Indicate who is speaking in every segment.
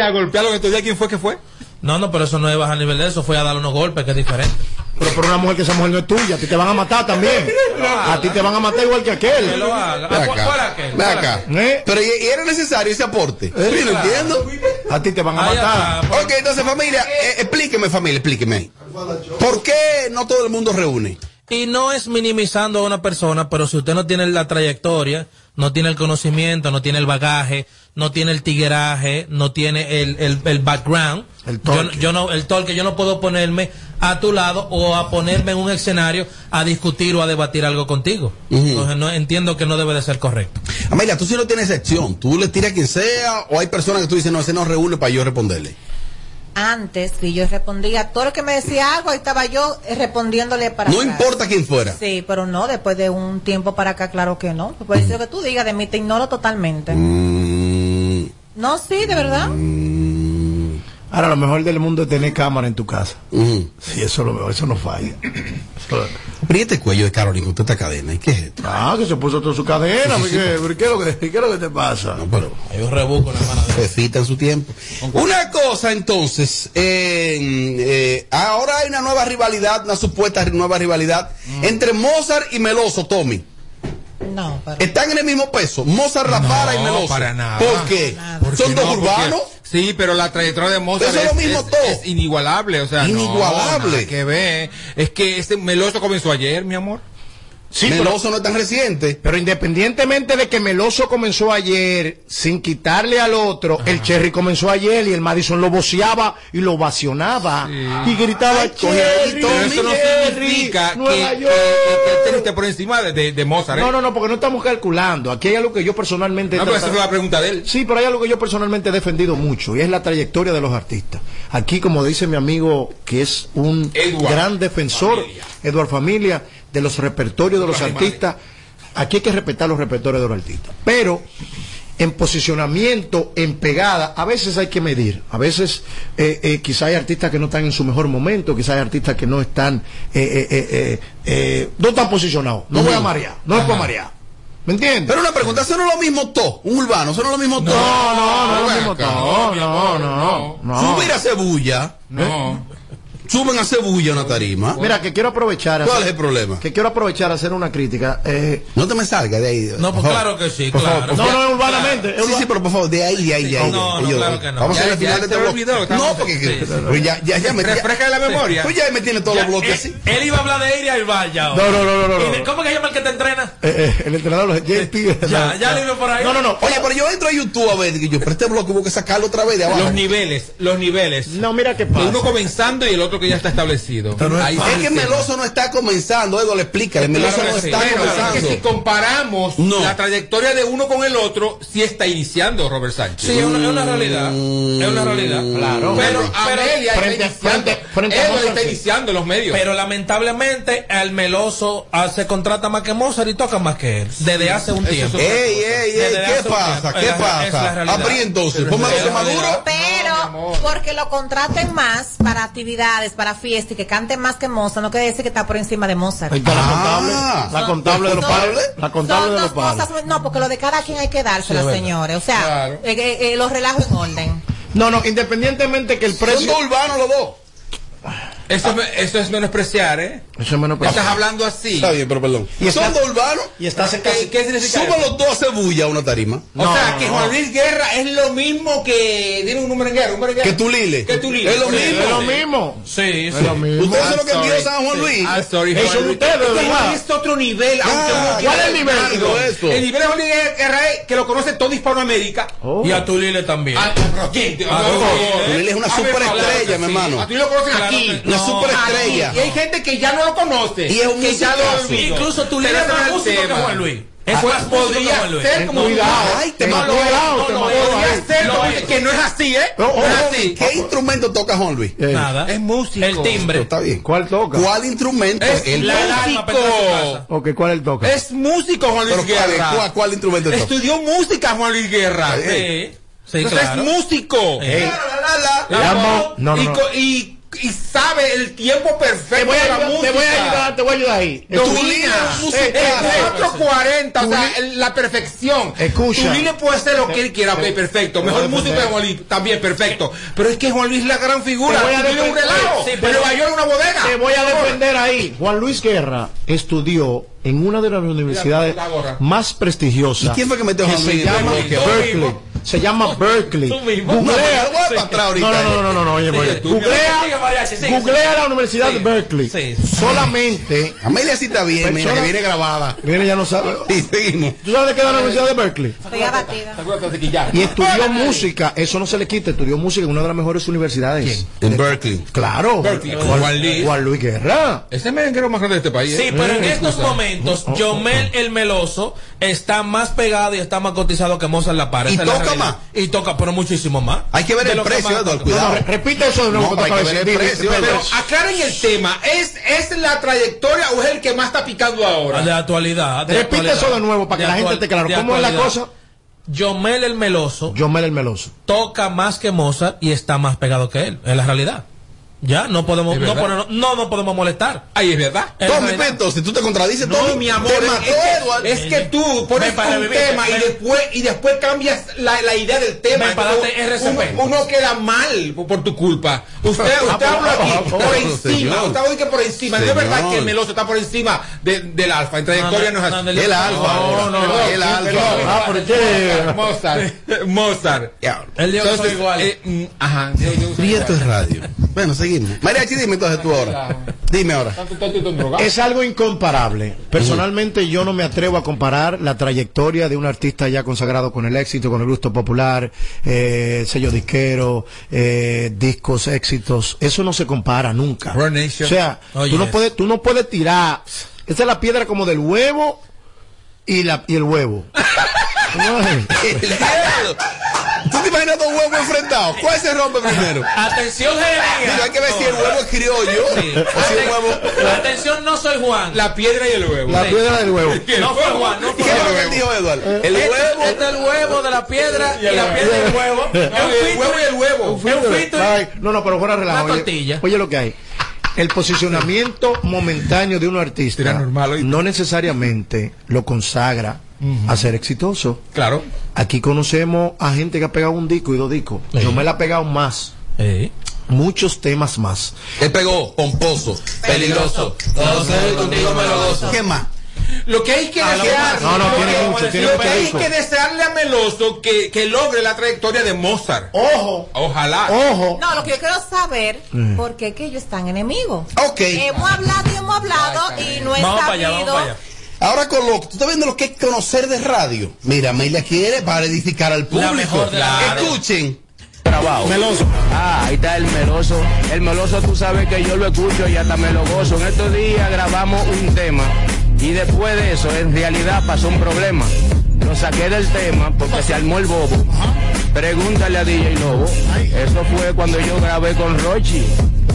Speaker 1: a golpearlo en estos días, ¿quién fue que fue?
Speaker 2: No, no, pero eso no es bajar el nivel de eso, fue a dar unos golpes, que es diferente.
Speaker 3: Pero por una mujer que esa mujer no es tuya, a ti te van a matar también. A ti te van a matar igual que
Speaker 2: Que
Speaker 3: aquel.
Speaker 2: lo haga.
Speaker 4: Ve
Speaker 2: Ah, ¿cu-
Speaker 4: acá.
Speaker 2: ¿Cuál aquel?
Speaker 4: Ve
Speaker 2: ¿Cuál
Speaker 4: acá.
Speaker 2: aquel?
Speaker 3: ¿Eh?
Speaker 4: Pero y, y era necesario ese aporte. Sí, lo entiendo.
Speaker 3: A ti te van a
Speaker 2: Ahí está,
Speaker 3: matar.
Speaker 2: por-
Speaker 4: Ok, entonces familia, eh, explíqueme familia, explíqueme. ¿Por qué no todo el mundo reúne?
Speaker 2: Y no es minimizando a una persona, pero si usted no tiene la trayectoria, no tiene el conocimiento, no tiene el bagaje, no tiene el tigueraje, no tiene el, el, el background,
Speaker 3: El
Speaker 2: yo,
Speaker 3: torque.
Speaker 2: yo no, el torque, yo no puedo ponerme a tu lado o a ponerme en un escenario a discutir o a debatir algo contigo. Entonces no entiendo que no debe de ser correcto.
Speaker 4: Amelia, tú sí no tienes sección. Tú le tiras a quien sea o hay personas que tú dices, no, ese no reúne para yo responderle.
Speaker 5: Antes, si yo respondía, todo lo que me decía algo, ahí estaba yo eh, respondiéndole para
Speaker 4: No
Speaker 5: atrás.
Speaker 4: importa quién fuera.
Speaker 5: Sí, pero no, después de un tiempo para acá, claro que no. Por eso que tú digas, de mí te ignoro totalmente.
Speaker 4: Mm,
Speaker 5: No, sí, de verdad.
Speaker 4: mm,
Speaker 3: Ahora, lo mejor del mundo es tener cámara en tu casa.
Speaker 4: mm.
Speaker 3: Sí, eso es lo mejor, eso no falla.
Speaker 4: Apriete el este cuello de Carolina con toda esta cadena. ¿Y qué es esto?
Speaker 3: Ah, que se puso toda su cadena. porque- porque ¿Qué es lo que, qué es lo que te pasa?
Speaker 4: No, pero
Speaker 2: Hay un rebuco en la mano de-
Speaker 4: Fefita en su tiempo. Una cosa entonces, eh, eh, ahora hay una nueva rivalidad, una supuesta nueva rivalidad entre Mozart y Meloso, Tommy.
Speaker 5: No, pero.
Speaker 4: Están en el mismo peso, Mozart La
Speaker 1: No,
Speaker 4: Para y Meloso.
Speaker 1: para nada.
Speaker 4: ¿Por qué?
Speaker 5: Nada.
Speaker 1: Porque
Speaker 4: Son dos
Speaker 1: no, porque-
Speaker 4: urbanos.
Speaker 1: Sí, pero la trayectoria de Mozart
Speaker 4: Eso es lo mismo todo.
Speaker 1: es inigualable, o sea, no,
Speaker 4: Inigualable.
Speaker 1: nada que ve, es que este Meloso comenzó ayer, mi amor.
Speaker 3: Sí, pero,
Speaker 4: Meloso no es tan reciente.
Speaker 3: pero independientemente de que Meloso comenzó ayer, sin quitarle al otro, el Cherry comenzó ayer y el Madison lo voceaba y lo vacionaba. Y gritaba, Cherry,
Speaker 4: Pero
Speaker 1: Pero eso no
Speaker 3: Cherry,
Speaker 1: significa que,
Speaker 3: Nueva
Speaker 1: que, eh,
Speaker 3: York".
Speaker 1: que Terry esté por encima de, de, de Mozart. ¿eh?
Speaker 3: No, no, no, porque no estamos calculando. Aquí hay algo que yo personalmente... he
Speaker 1: No, pero esa
Speaker 3: tratado-
Speaker 1: fue la pregunta de él.
Speaker 3: Sí, pero hay algo que yo personalmente he defendido mucho y es la trayectoria de los artistas. Aquí, como dice mi amigo, que es un
Speaker 1: Eduard
Speaker 3: gran defensor,
Speaker 1: Familia.
Speaker 3: Eduard Familia, de los repertorios de los
Speaker 1: Eduard
Speaker 3: artistas, aquí hay que respetar los repertorios de los artistas. Pero en posicionamiento, en pegada, a veces hay que medir. A veces eh, eh, quizá hay artistas que no están en su mejor momento, quizá hay artistas que no están, eh, eh, eh, eh, eh, no están posicionados. No voy a marear, no es para marear. ¿Me entiendes?
Speaker 4: Pero una pregunta, ¿eso no es lo mismo todo? Un urbano, ¿eso no es lo mismo todo?
Speaker 3: No, no, no,
Speaker 1: ven
Speaker 3: no, no,
Speaker 1: acá.
Speaker 3: no,
Speaker 1: Mi
Speaker 3: no,
Speaker 1: amor,
Speaker 3: no, no.
Speaker 4: Subir a Cebulla, ¿eh?
Speaker 1: No.
Speaker 4: suben a Cebulla a una tarima.
Speaker 3: Mira, que quiero aprovechar. a
Speaker 4: ¿Cuál
Speaker 3: hacer-
Speaker 4: es el problema?
Speaker 3: Que quiero aprovechar a hacer una crítica. eh,
Speaker 4: No te me salgas de ahí.
Speaker 2: No, pues
Speaker 4: Por favor.
Speaker 2: claro que sí,
Speaker 4: Por favor,
Speaker 2: claro.
Speaker 4: por
Speaker 3: no,
Speaker 4: favor.
Speaker 3: no, urbanamente.
Speaker 4: Sí, sí, pero por favor, de ahí, de ahí, de ahí.
Speaker 2: No, no,
Speaker 4: Oye,
Speaker 2: claro que no.
Speaker 4: Vamos a
Speaker 1: Ya,
Speaker 4: ir al
Speaker 1: ya
Speaker 4: final de
Speaker 1: se
Speaker 4: este
Speaker 1: me
Speaker 4: bloque.
Speaker 1: olvidó, estamos-
Speaker 4: no, porque
Speaker 1: sí, sí, sí.
Speaker 4: pues ya, ya, ya me
Speaker 1: Refresca la memoria.
Speaker 4: Pues ya me tiene todos los bloques
Speaker 2: él,
Speaker 4: así.
Speaker 2: él iba a hablar de Iria y vaya.
Speaker 3: No, no, no, no, no,
Speaker 2: ¿Y de-
Speaker 3: no.
Speaker 2: ¿Cómo que se llama el que te entrena?
Speaker 3: eh, eh, el entrenador, los JP.
Speaker 2: Ya, ya le iba por ahí.
Speaker 3: No, no, no.
Speaker 4: Oye, pero yo entro a YouTube a ver, digo yo, pero este bloque hubo que sacarlo otra vez de abajo.
Speaker 1: Los niveles, los niveles.
Speaker 3: No, mira qué pasa.
Speaker 1: Uno comenzando y el otro que ya está establecido. Ahí
Speaker 4: es que Meloso no está comenzando, Eduardo, le explícale. Meloso
Speaker 1: Claro
Speaker 4: no
Speaker 1: que sí.
Speaker 4: está
Speaker 1: Pero
Speaker 4: comenzando.
Speaker 1: es que si comparamos
Speaker 4: No.
Speaker 1: la trayectoria de uno con el otro, sí está iniciando Robert Sánchez.
Speaker 2: Sí, es una, es una realidad. Es una realidad.
Speaker 3: Claro.
Speaker 1: Pero
Speaker 2: Pero, pero,
Speaker 1: Amelia
Speaker 3: Mm. frente a-
Speaker 1: está iniciando.
Speaker 3: frente- frente a
Speaker 1: Edward
Speaker 3: Mozart,
Speaker 1: está
Speaker 3: sí.
Speaker 1: iniciando en los medios.
Speaker 2: pero lamentablemente al Meloso ah, se contrata más que Mozart y toca más que él. Desde hace un tiempo.
Speaker 4: Ey, ey, ey,
Speaker 2: Desde hace
Speaker 4: ¿qué
Speaker 2: un
Speaker 4: pasa?
Speaker 2: tiempo. Es
Speaker 4: ¿Qué
Speaker 2: la- es la
Speaker 4: pasa?
Speaker 2: realidad.
Speaker 4: Abrí entonces,
Speaker 2: Pero
Speaker 4: ponme
Speaker 2: es la
Speaker 4: los maduro.
Speaker 2: realidad.
Speaker 1: No,
Speaker 5: Pero
Speaker 1: mi amor.
Speaker 5: porque lo contraten más para actividades, para fiestas y que canten más que Mozart, no quiere decir que está por encima de Mozart.
Speaker 3: Ahí está
Speaker 4: Ah.
Speaker 3: la contable. La contable de los
Speaker 5: Son-
Speaker 3: padres. La contable
Speaker 5: son
Speaker 3: de los
Speaker 5: dos
Speaker 3: padres.
Speaker 5: cosas- no, porque lo de cada quien hay que dárselas,
Speaker 2: Sí, es verdad.
Speaker 5: señores. O sea,
Speaker 1: Claro.
Speaker 5: eh, eh, eh, los relajo en orden.
Speaker 3: No, no, independientemente que el
Speaker 4: Son
Speaker 3: precio.
Speaker 4: dos urbanos los dos.
Speaker 1: eso, es me- eso es menospreciar, ¿eh?
Speaker 3: Eso es menos
Speaker 1: Estás
Speaker 3: precio.
Speaker 1: hablando así.
Speaker 4: Está bien, pero perdón.
Speaker 3: Y está-
Speaker 4: Son dos urbanos.
Speaker 3: Y estás en casi.
Speaker 1: ¿Qué, qué significa
Speaker 4: Suban
Speaker 1: eso?
Speaker 4: los dos a Cebulla a una tarima.
Speaker 1: O
Speaker 3: No,
Speaker 1: sea,
Speaker 3: no,
Speaker 1: que
Speaker 3: no.
Speaker 1: Juan Luis Guerra es lo mismo que. Dime un número en guerra, un número en guerra.
Speaker 4: Que tú lile.
Speaker 1: Que tú lile.
Speaker 4: Es lo
Speaker 1: Sí,
Speaker 4: mismo.
Speaker 3: Es lo mismo.
Speaker 2: Sí,
Speaker 3: Es lo
Speaker 2: sí.
Speaker 3: mismo. Ah,
Speaker 4: Ustedes son
Speaker 1: I'm
Speaker 4: los que envió
Speaker 1: sorry.
Speaker 4: San Juan Luis.
Speaker 1: I'm Ah, sorry,
Speaker 3: Eso
Speaker 1: Juan
Speaker 3: es
Speaker 1: Luis.
Speaker 3: ustedes,
Speaker 1: Este
Speaker 3: ¿verdad?
Speaker 1: Juan Luis es otro nivel. aunque
Speaker 4: Ah,
Speaker 1: uno quiera
Speaker 3: ¿cuál es el nivel?
Speaker 1: negarlo.
Speaker 4: Eso.
Speaker 1: El nivel de Juan Luis Guerra es que lo conoce todo Hispanoamérica.
Speaker 3: Oh.
Speaker 2: Y a Tulile también.
Speaker 1: Ah, pero ¿quién?
Speaker 2: Ah,
Speaker 1: No,
Speaker 2: no,
Speaker 1: no,
Speaker 4: Tulile es una
Speaker 1: A ver,
Speaker 4: superestrella,
Speaker 1: claro que
Speaker 4: mi
Speaker 1: sí.
Speaker 4: hermano.
Speaker 1: A Tulile lo conocen
Speaker 2: Claro
Speaker 1: aquí.
Speaker 2: que
Speaker 4: Una
Speaker 2: no.
Speaker 4: superestrella.
Speaker 1: Y hay gente que ya Ah, no lo conoce.
Speaker 4: Y es un
Speaker 1: que ya lo
Speaker 4: musicazo.
Speaker 1: olvidó.
Speaker 2: Incluso Tulile
Speaker 1: Pero
Speaker 2: es
Speaker 1: ese
Speaker 2: más
Speaker 1: no el
Speaker 2: músico que
Speaker 1: tema.
Speaker 2: Juan Luis. Es
Speaker 1: Pues
Speaker 2: más músico que
Speaker 1: podría
Speaker 2: Juan Luis.
Speaker 1: ser como
Speaker 3: Cuidado.
Speaker 4: Ay, te
Speaker 3: Te
Speaker 4: mató
Speaker 3: mató
Speaker 4: el
Speaker 3: helado, te
Speaker 1: No,
Speaker 3: mató
Speaker 1: podría
Speaker 3: helado.
Speaker 1: ser
Speaker 2: Lo
Speaker 1: como
Speaker 2: es.
Speaker 1: que- que no es así, ¿eh?
Speaker 3: No,
Speaker 1: No es
Speaker 3: ojo.
Speaker 1: así.
Speaker 4: ¿Qué instrumento toca Juan Luis?
Speaker 3: Eh,
Speaker 2: Nada.
Speaker 1: Es músico.
Speaker 2: El timbre.
Speaker 4: Está bien.
Speaker 3: ¿Cuál toca?
Speaker 4: ¿Cuál instrumento?
Speaker 1: Es
Speaker 4: El-
Speaker 2: La alarma para entrar a su casa.
Speaker 3: Ok, ¿cuál el
Speaker 4: Eh,
Speaker 3: toca?
Speaker 1: Es músico Juan
Speaker 4: Pero
Speaker 1: Luis
Speaker 4: ¿cuál, es?
Speaker 1: Guerra.
Speaker 4: ¿Cuál- cuál instrumento toca?
Speaker 1: Estudió música Juan Luis Guerra.
Speaker 4: Eh.
Speaker 2: Sí, sí,
Speaker 1: Entonces
Speaker 2: claro.
Speaker 1: es músico.
Speaker 2: Eh.
Speaker 4: La, la, la, la.
Speaker 3: Llamo-
Speaker 1: Llamo-
Speaker 3: no, no,
Speaker 1: y,
Speaker 3: no.
Speaker 1: co- y y sabe el tiempo perfecto
Speaker 3: Te voy, a
Speaker 1: de la
Speaker 3: ayudar, te
Speaker 1: música.
Speaker 3: voy a ayudar, te voy a ayudar ahí.
Speaker 1: Tu
Speaker 3: Escucha.
Speaker 1: línea
Speaker 3: Eh, eh,
Speaker 1: el 440, o
Speaker 3: Tu
Speaker 1: sea,
Speaker 3: li-
Speaker 1: el- la perfección.
Speaker 3: Escucha.
Speaker 1: Tu línea puede ser lo que él quiera,
Speaker 3: Te-
Speaker 1: ok, perfecto.
Speaker 3: te voy
Speaker 1: Mejor
Speaker 3: a defender.
Speaker 1: músico de Juan Luis, también perfecto. Pero es que Juan Luis es la gran figura.
Speaker 3: Te voy a
Speaker 1: Tú tienes un
Speaker 3: defender. Sí,
Speaker 1: relajo. Pero
Speaker 3: pero-
Speaker 1: Nueva York es una bodega.
Speaker 3: Te voy a
Speaker 1: Por favor.
Speaker 3: defender ahí. Juan Luis Guerra estudió en una de las universidades
Speaker 1: la gorra.
Speaker 3: más prestigiosas.
Speaker 4: ¿Y quién fue que metió a Juan
Speaker 3: se
Speaker 4: Luis?
Speaker 3: llama
Speaker 1: Tú mismo.
Speaker 3: Berkeley. Se llama Berkeley.
Speaker 2: Tú mismo.
Speaker 4: No,
Speaker 3: Googlea-
Speaker 4: pero voy para atrás ahorita.
Speaker 3: No, no, no, no, no, no, oye, oye.
Speaker 1: tú.
Speaker 6: Sigue,
Speaker 3: Googlea,
Speaker 6: mariachi, sigue,
Speaker 3: googlea la Universidad de Berkeley.
Speaker 2: Sí.
Speaker 3: Solamente.
Speaker 4: Amelia sí está bien, mira, que
Speaker 3: personas-
Speaker 4: viene grabada.
Speaker 3: Mira, ya no sabe.
Speaker 4: Y seguimos.
Speaker 3: ¿Tú sabes de qué era la Universidad de Berkeley?
Speaker 5: Estoy abatida.
Speaker 1: Acuérdate que ya.
Speaker 3: Y estudió música. Eso no se le quita. Estudió música en una de las mejores universidades.
Speaker 4: En Berkeley.
Speaker 3: Claro.
Speaker 1: Berkeley. Juan Luis.
Speaker 3: Juan Luis Guerra.
Speaker 1: Ese es el merenguero más grande de este país.
Speaker 2: Sí,
Speaker 1: ¿eh? Oh,
Speaker 2: pero en estos momentos, Jomel el Meloso está más pegado y está más cotizado que Mozart La Parra.
Speaker 4: Y
Speaker 2: Esa es la
Speaker 4: toca
Speaker 2: realidad.
Speaker 4: más.
Speaker 2: Y toca, pero muchísimo más.
Speaker 4: Hay que ver
Speaker 2: De
Speaker 4: el
Speaker 2: lo
Speaker 4: precio,
Speaker 2: más
Speaker 4: Eduardo,
Speaker 2: toca.
Speaker 4: cuidado.
Speaker 3: No, no, repite eso de nuevo.
Speaker 4: No, hay que ver el
Speaker 3: Dime,
Speaker 4: precio,
Speaker 3: dime,
Speaker 1: Pero aclaren el tema. ¿Es, ¿Es la trayectoria o es el que más está picando ahora?
Speaker 2: De actualidad. de
Speaker 3: Repite
Speaker 2: actualidad.
Speaker 3: eso de nuevo para que la gente esté claro.
Speaker 2: de
Speaker 3: ¿Cómo es la
Speaker 2: actualidad.
Speaker 3: cosa?
Speaker 2: Jomel el Meloso
Speaker 3: John Mel el Meloso.
Speaker 2: toca más que Mozart y está más pegado que él. Es la realidad. Ya, no podemos,
Speaker 1: Es
Speaker 2: no,
Speaker 1: verdad.
Speaker 2: ponernos- no, no podemos molestar.
Speaker 1: Ahí es verdad.
Speaker 2: Es la
Speaker 4: Tommy
Speaker 2: realidad.
Speaker 4: Peto, si tú te contradices,
Speaker 1: No,
Speaker 4: Tommy,
Speaker 1: mi amor,
Speaker 4: te
Speaker 1: es,
Speaker 4: mató,
Speaker 1: es que-
Speaker 4: Eduardo.
Speaker 1: es que tú pones
Speaker 2: Ven para
Speaker 1: un
Speaker 2: vivir,
Speaker 1: tema
Speaker 2: ven.
Speaker 1: y después y después cambias la, la idea del tema.
Speaker 2: Ven para
Speaker 1: Entonces,
Speaker 2: darte RCP.
Speaker 1: Uno, uno queda mal por, por tu culpa. Usted, usted
Speaker 3: Ah,
Speaker 1: habla
Speaker 3: por
Speaker 1: aquí
Speaker 3: favor,
Speaker 1: por
Speaker 4: señor.
Speaker 1: encima. Usted habla que por encima. No es
Speaker 4: Señor.
Speaker 1: verdad que el meloso está por encima de- del alfa. En trayectoria
Speaker 2: No,
Speaker 1: no,
Speaker 2: no,
Speaker 1: es
Speaker 2: no,
Speaker 1: así.
Speaker 2: del-
Speaker 4: El alfa ahora.
Speaker 2: No, no,
Speaker 4: el
Speaker 1: no,
Speaker 4: alfa.
Speaker 1: no,
Speaker 3: Ah, ¿por qué?
Speaker 1: Mozart. Mozart.
Speaker 4: Ya.
Speaker 2: Él dijo que son iguales.
Speaker 1: eh, mm, ajá. yo- yo-
Speaker 4: Y esto es radio. Bueno, seguimos. Mariachi, dime entonces tú ahora. Dime ahora.
Speaker 1: Tanto tonto y tan drogado.
Speaker 3: Es algo incomparable. Personalmente yo no me atrevo a comparar la trayectoria de un artista ya consagrado con el éxito, con el gusto popular, eh, sello disquero, eh, discos, éxitos. Eso no se compara nunca.
Speaker 1: Raw Nation.
Speaker 3: O sea,
Speaker 2: Oh,
Speaker 3: tú, no
Speaker 2: yes.
Speaker 3: puedes, tú no puedes tirar. Esa es la piedra como del huevo y, la, y el huevo. No es.
Speaker 4: El diablo. ¿Tú te imaginas dos huevos enfrentados? ¿Cuál se rompe primero?
Speaker 2: Atención, Jeremías.
Speaker 4: Digo, hay que ver si el huevo es criollo
Speaker 2: Sí.
Speaker 4: o si el huevo.
Speaker 2: Atención, no soy Juan.
Speaker 1: La piedra y el huevo.
Speaker 3: la
Speaker 2: Sí.
Speaker 3: piedra del huevo.
Speaker 2: No fue Juan, no
Speaker 4: ¿Qué
Speaker 2: fue
Speaker 4: es
Speaker 2: Juan.
Speaker 4: lo que él dijo, Eduardo? El
Speaker 2: Este-
Speaker 4: huevo.
Speaker 2: Este es el huevo de la piedra y, la piedra del huevo.
Speaker 3: No,
Speaker 2: Es un
Speaker 1: el huevo y el huevo.
Speaker 2: featuring. Es un featuring.
Speaker 3: Ay, no, no, pero fuera relajo.
Speaker 2: Una
Speaker 3: Oye,
Speaker 2: tortilla.
Speaker 3: Oye, lo que hay. El posicionamiento momentáneo de un artista
Speaker 1: Era normal, oíste.
Speaker 3: no necesariamente lo consagra a ser exitoso.
Speaker 1: Claro.
Speaker 3: Aquí conocemos a gente que ha pegado un disco y dos discos.
Speaker 2: Sí.
Speaker 3: No me la ha pegado más.
Speaker 2: Sí.
Speaker 3: Muchos temas más.
Speaker 4: Él pegó pomposo, peligroso.
Speaker 2: No sé, contigo me lo gozo.
Speaker 4: ¿Qué más?
Speaker 1: Lo que hay que
Speaker 2: A lo
Speaker 1: desear,
Speaker 2: más. No, no,
Speaker 1: lo
Speaker 2: tiene
Speaker 1: que-
Speaker 2: mucho,
Speaker 3: tiene
Speaker 1: lo que hay
Speaker 3: mucho.
Speaker 1: que desearle a Meloso que, que logre la trayectoria de Mozart.
Speaker 3: Ojo,
Speaker 1: Ojalá.
Speaker 3: ojo.
Speaker 5: No, lo que yo quiero saber, ¿por qué que ellos están enemigos?
Speaker 4: Ok.
Speaker 5: Hemos hablado y hemos hablado y no he
Speaker 2: Vamos para allá, vamos
Speaker 5: sabido.
Speaker 2: para allá.
Speaker 4: Ahora con lo, tú estás viendo lo que es conocer de radio. Mira, Amelia quiere para edificar al público.
Speaker 2: mejor de la radio.
Speaker 4: Escuchen.
Speaker 7: trabajo.
Speaker 4: Meloso.
Speaker 7: Ah, ahí está el meloso. El meloso tú sabes que yo lo escucho y hasta me lo gozo. En estos días grabamos un tema y después de eso en realidad pasó un problema. Lo saqué del tema porque se armó el bobo. Pregúntale a DJ Lobo. Eso fue cuando yo grabé con Rochi.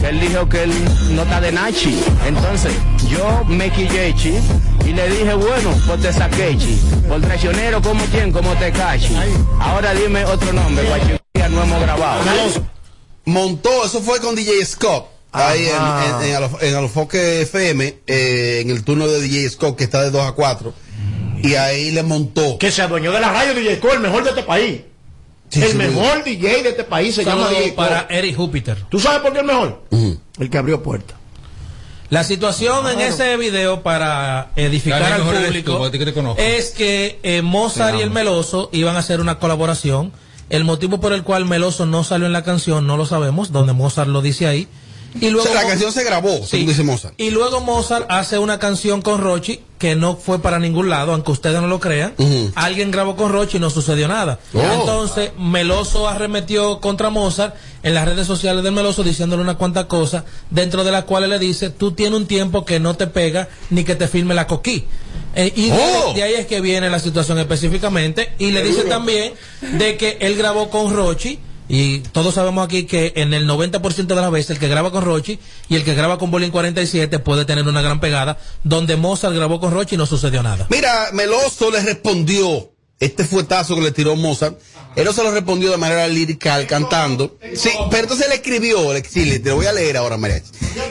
Speaker 7: que Él dijo que él no está de Nachi. Entonces, yo me quillechi y le dije, bueno, pues te saquechi. Por traicionero como quien, como te cachi. Ahora dime otro nombre, guachiquilla no hemos grabado.
Speaker 4: montó, eso fue con DJ Scott. Ahí en,
Speaker 3: Ajá.
Speaker 4: en, en Alo- en Alofoque FM, eh, en el turno de DJ Scott, que está de 2 a 4. Y ahí le montó.
Speaker 3: Que se adueñó de la radio DJ Co, el mejor de este país.
Speaker 4: Sí,
Speaker 3: el
Speaker 4: sí,
Speaker 3: mejor DJ de este país se llama
Speaker 2: Saludo
Speaker 3: DJ Co.
Speaker 2: para Eric Júpiter.
Speaker 3: ¿Tú sabes por qué el mejor?
Speaker 4: Ujú.
Speaker 1: Mm.
Speaker 3: El que abrió puertas.
Speaker 2: La situación en ese video para edificar
Speaker 1: Dale,
Speaker 2: al
Speaker 1: mejor eres tú,
Speaker 2: público
Speaker 1: porque a ti que te conozco.
Speaker 2: es que eh, Mozart y el Meloso iban a hacer una colaboración. El motivo por el cual Meloso no salió en la canción no lo sabemos, donde Mozart lo dice ahí. Y
Speaker 4: O
Speaker 2: luego
Speaker 4: sea, la
Speaker 2: Mo-
Speaker 4: canción se grabó,
Speaker 2: Sí.
Speaker 4: según dice Mozart.
Speaker 2: Y luego Mozart hace una canción con Rochi que no fue para ningún lado, aunque ustedes no lo crean.
Speaker 4: Ujú.
Speaker 2: Alguien grabó con Rochi y no sucedió nada.
Speaker 4: Oh.
Speaker 2: Entonces Meloso arremetió contra Mozart en las redes sociales de Meloso diciéndole una cuanta cosa, dentro de las cuales le dice, tú tienes un tiempo que no te pega ni que te firme la coquí. Eh, y de-
Speaker 4: Oh.
Speaker 2: de ahí es que viene la situación específicamente. Y le dice también de que él grabó con Rochi. Y todos sabemos aquí que en el 90% de las veces el que graba con Rochi y el que graba con Bolín 47 puede tener una gran pegada. Donde Mozart grabó con Rochi y no sucedió nada.
Speaker 4: Mira, Meloso le respondió este fuetazo que le tiró Mozart, él no se lo respondió de manera lirical, cantando. Sí, pero entonces le escribió, le, sí, le- te lo voy a leer ahora, María.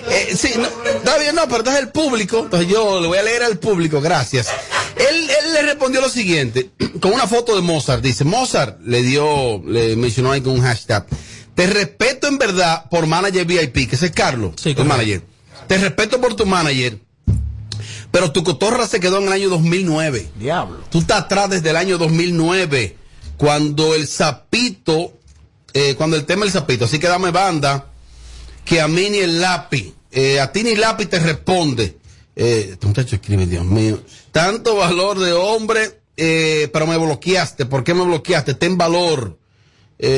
Speaker 4: Eh, sí, no, está bien, no, pero entonces el público, entonces yo le voy a leer al público, gracias. Él, él le respondió lo siguiente, con una foto de Mozart, dice, Mozart le dio, le mencionó ahí con un hashtag, te respeto en verdad por manager VIP, que ese es Carlos,
Speaker 2: Sí,
Speaker 4: el
Speaker 2: correcto.
Speaker 4: manager. Te respeto por tu manager, pero tu cotorra se quedó en el año 2009.
Speaker 3: Diablo.
Speaker 4: Tú estás atrás desde el año 2009, cuando el sapito, eh, cuando el tema del sapito. Así que dame banda, que a mí ni el lápiz, eh, a ti ni lápiz te responde. Eh, este muchacho escribe, Dios mío. Tanto valor de hombre, eh, pero me bloqueaste. ¿Por qué me bloqueaste? Ten valor.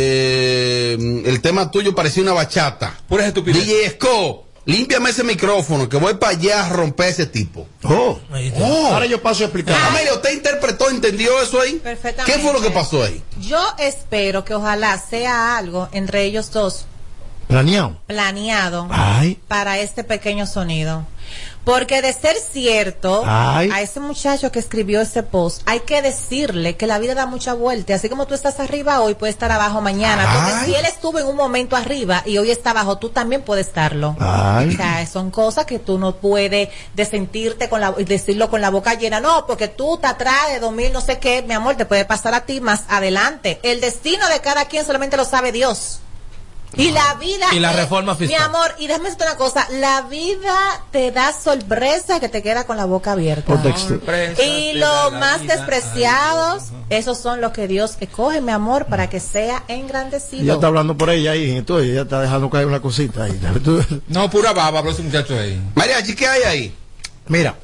Speaker 4: Eh, el tema tuyo parecía una bachata.
Speaker 1: Pura estupidez.
Speaker 4: DJ Esco, límpiame ese micrófono, que voy para allá a romper ese tipo.
Speaker 3: Oh.
Speaker 2: Ahí está.
Speaker 3: Oh. Ahora yo paso a explicar.
Speaker 4: Amelia, ¿usted interpretó, entendió eso ahí?
Speaker 5: Perfectamente.
Speaker 4: ¿Qué fue lo que pasó ahí?
Speaker 5: Yo espero que ojalá sea algo entre ellos dos
Speaker 3: Planeado.
Speaker 5: planeado
Speaker 3: Ay.
Speaker 5: para este pequeño sonido. Porque de ser cierto,
Speaker 3: Ay.
Speaker 5: a ese muchacho que escribió ese post, hay que decirle que la vida da mucha vuelta. Así como tú estás arriba hoy, puedes estar abajo mañana. Porque
Speaker 4: Ay.
Speaker 5: si él estuvo en un momento arriba y hoy está abajo, tú también puedes estarlo.
Speaker 3: Ay.
Speaker 5: O sea, son cosas que tú no puedes de sentirte con la, decirlo con la boca llena. No, porque tú te atrás de 2000, no sé qué, mi amor, te puede pasar a ti más adelante. El destino de cada quien solamente lo sabe Dios. Y la vida.
Speaker 2: Y la
Speaker 5: es-
Speaker 2: reforma fiscal.
Speaker 5: Mi amor, y déjame decirte una cosa. La vida te da sorpresa que te queda con la boca abierta.
Speaker 3: Por texto.
Speaker 5: Y los más despreciados, esos son los que Dios escoge, mi amor, para que sea engrandecido.
Speaker 3: Ya está hablando por ella ahí, entonces ya está dejando caer una cosita ahí. Tú-
Speaker 1: No, pura baba, habló ese muchacho ahí.
Speaker 4: Mariachi, ¿qué hay ahí?
Speaker 3: Mira,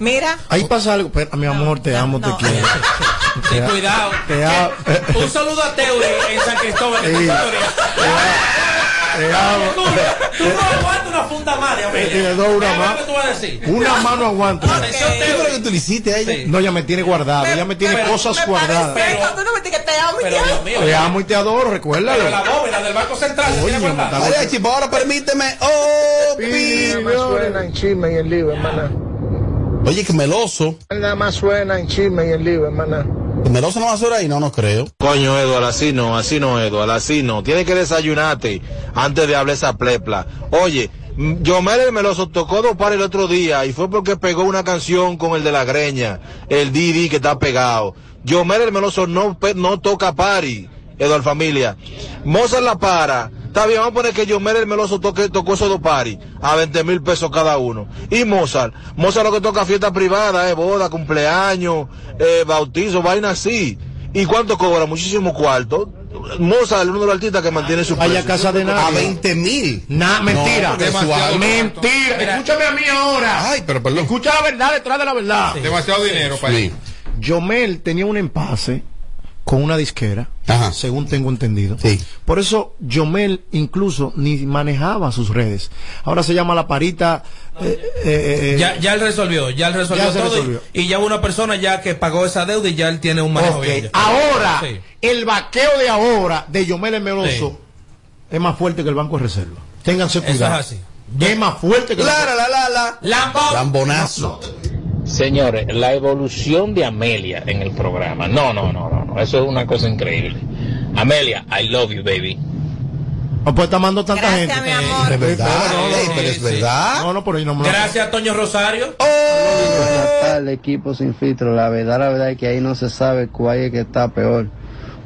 Speaker 5: Mira.
Speaker 3: ahí pasa algo. Pero, mi amor, te
Speaker 5: no,
Speaker 3: amo,
Speaker 5: no.
Speaker 3: te quiero.
Speaker 2: Ten cuidado.
Speaker 3: Te amo.
Speaker 2: Un saludo a Teuri en San Cristóbal.
Speaker 3: Eh. Sí.
Speaker 2: Teuri.
Speaker 3: Te amo.
Speaker 2: Tú no aguantas una funda más de Amelia.
Speaker 3: Eh, eh, no, una
Speaker 2: Ya,
Speaker 3: más.
Speaker 2: ¿Qué tú vas a decir?
Speaker 3: Una mano aguanta.
Speaker 2: Atención,
Speaker 4: ¿Qué fue lo
Speaker 2: Teuri.
Speaker 4: que tú le hiciste a ella?
Speaker 2: Sí.
Speaker 3: No, ya me tiene guardado, ya me tiene
Speaker 2: pero-
Speaker 3: cosas guardadas.
Speaker 5: Pero, tú no me digas que te amo,
Speaker 2: Pero
Speaker 5: ya.
Speaker 2: Dios mío.
Speaker 3: Te amo y te adoro,
Speaker 2: Pero la
Speaker 3: recuérdalo.
Speaker 2: bóveda del Banco Central se tiene
Speaker 3: Coño,
Speaker 2: guardada.
Speaker 3: mataba-
Speaker 4: Mariachi, pues ahora permíteme. Oh, pi-
Speaker 6: Nada más suena en chisme y en lío, hermana.
Speaker 4: Oye, que meloso.
Speaker 6: Nada más suena en chisme y en lío, hermana.
Speaker 4: ¿Que meloso no va a hacer ahí? No, no creo.
Speaker 8: Coño, Eduardo, así no, así no, Eduardo, así no. Tienes que desayunarte antes de hablar esa plepla. Oye, mm, Yomel el Meloso tocó dos pares el otro día y fue porque pegó una canción con el de la greña, el Didi que está pegado. Yomel el Meloso no, pe- no toca pari, Eduardo Familia. Mozart la para. Está bien, vamos a poner que Yomel el Meloso toque, tocó esos dos paris a 20 mil pesos cada uno. Y Mozart, Mozart lo que toca fiesta privada, eh, boda, cumpleaños, eh, bautizo, vaina así. ¿Y cuánto cobra? Muchísimo cuarto. Mozart, el uno de los artistas que mantiene su
Speaker 3: Vaya a casa de
Speaker 4: A
Speaker 3: nadie.
Speaker 4: 20 mil.
Speaker 3: Nah, mentira.
Speaker 1: porque demasiado
Speaker 3: Suave.
Speaker 1: cuarto.
Speaker 3: mentira.
Speaker 1: Mira.
Speaker 3: Escúchame a mí ahora.
Speaker 4: Ay, pero perdón.
Speaker 3: Escucha la verdad detrás de la verdad.
Speaker 1: Demasiado dinero para
Speaker 4: Sí.
Speaker 1: él.
Speaker 3: Yomel tenía un empase con una disquera,
Speaker 4: Ajá.
Speaker 3: según tengo entendido.
Speaker 4: Sí.
Speaker 3: Por eso Yomel incluso ni manejaba sus redes. Ahora se llama la parita. eh, eh, eh,
Speaker 2: Ya, ya él resolvió, ya él resolvió
Speaker 3: Ya se
Speaker 2: todo. y-
Speaker 3: resolvió.
Speaker 2: Y, ya hubo una persona ya que pagó esa deuda y ya él tiene un manejo
Speaker 3: ok.
Speaker 2: bien ya.
Speaker 3: Ahora,
Speaker 2: Sí.
Speaker 3: el vaqueo de ahora de Yomel el Meloso
Speaker 2: Sí.
Speaker 3: es más fuerte que el Banco de Reserva. Ténganse
Speaker 2: Eso es
Speaker 3: cuidado.
Speaker 2: así.
Speaker 3: Es más fuerte que el
Speaker 4: La, la, la, la, la.
Speaker 2: Lambo.
Speaker 4: Lambonazo.
Speaker 9: Señores, la evolución de Amelia en el programa. No, no, no, no, no. Eso es una cosa increíble. Amelia, I love you, baby.
Speaker 3: No puede estar mandando tanta
Speaker 5: Gracias,
Speaker 3: gente.
Speaker 5: mi amor.
Speaker 4: Es verdad.
Speaker 2: No, no,
Speaker 4: ey,
Speaker 2: no,
Speaker 4: pero
Speaker 2: sí,
Speaker 4: es
Speaker 2: sí.
Speaker 4: verdad.
Speaker 3: No, no, pero yo no me lo-
Speaker 2: Gracias, Toño Rosario.
Speaker 3: ¡Oh!
Speaker 6: Buenas tardes, equipo sin filtro. La verdad, la verdad es que ahí no se sabe cuál es que está peor.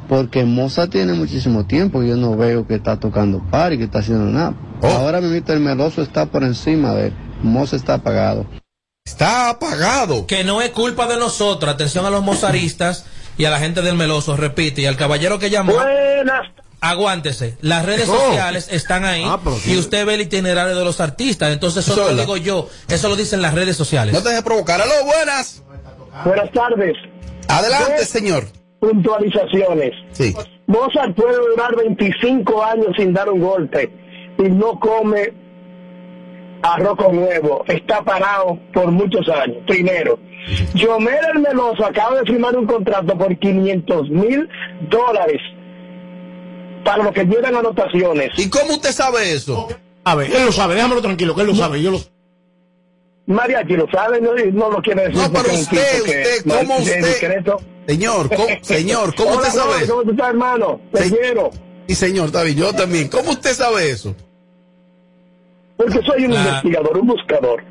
Speaker 6: Porque Moza tiene muchísimo tiempo y yo no veo que está tocando par y que está haciendo nada.
Speaker 4: Oh.
Speaker 6: Ahora mismo el meloso está por encima de él. Moza está apagado.
Speaker 4: Está apagado.
Speaker 2: Que no es culpa de nosotros. Atención a los mozaristas y a la gente del Meloso, repite. Y al caballero que llamó. Aguántese, las redes
Speaker 3: Oh.
Speaker 2: sociales están ahí
Speaker 3: Ah, pero sí.
Speaker 2: y usted ve el itinerario de los artistas, entonces eso no lo
Speaker 4: Sola.
Speaker 2: digo yo, eso lo dicen las redes sociales.
Speaker 4: No te dejes provocar. Aló, buenas.
Speaker 10: Buenas tardes.
Speaker 4: Adelante, señor.
Speaker 10: Puntualizaciones.
Speaker 4: Sí.
Speaker 10: Mozart puede durar 25 años sin dar un golpe y no come arroz con huevo. Está parado por muchos años. Primero, Yomel el Meloso acaba de firmar un contrato por 500 mil dólares para lo que llegan anotaciones.
Speaker 4: ¿Y cómo usted sabe eso?
Speaker 3: A ver, él lo sabe, déjamelo tranquilo, que él lo sabe. Yo lo
Speaker 10: Mariachi lo sabe, no, no lo quiere decir.
Speaker 4: No, pero
Speaker 10: porque es un
Speaker 4: usted,
Speaker 10: tipo que-
Speaker 4: usted, ¿cómo
Speaker 10: de
Speaker 4: usted?
Speaker 10: discreto.
Speaker 4: Señor, ¿cómo, señor, ¿cómo
Speaker 10: Hola,
Speaker 4: usted
Speaker 10: bro,
Speaker 4: sabe eso?
Speaker 10: ¿Cómo tú estás, hermano? Te
Speaker 4: Sí.
Speaker 10: quiero.
Speaker 4: Y señor, está bien, yo también. ¿Cómo usted sabe eso?
Speaker 10: Porque soy un
Speaker 2: Ah.
Speaker 10: investigador, un buscador.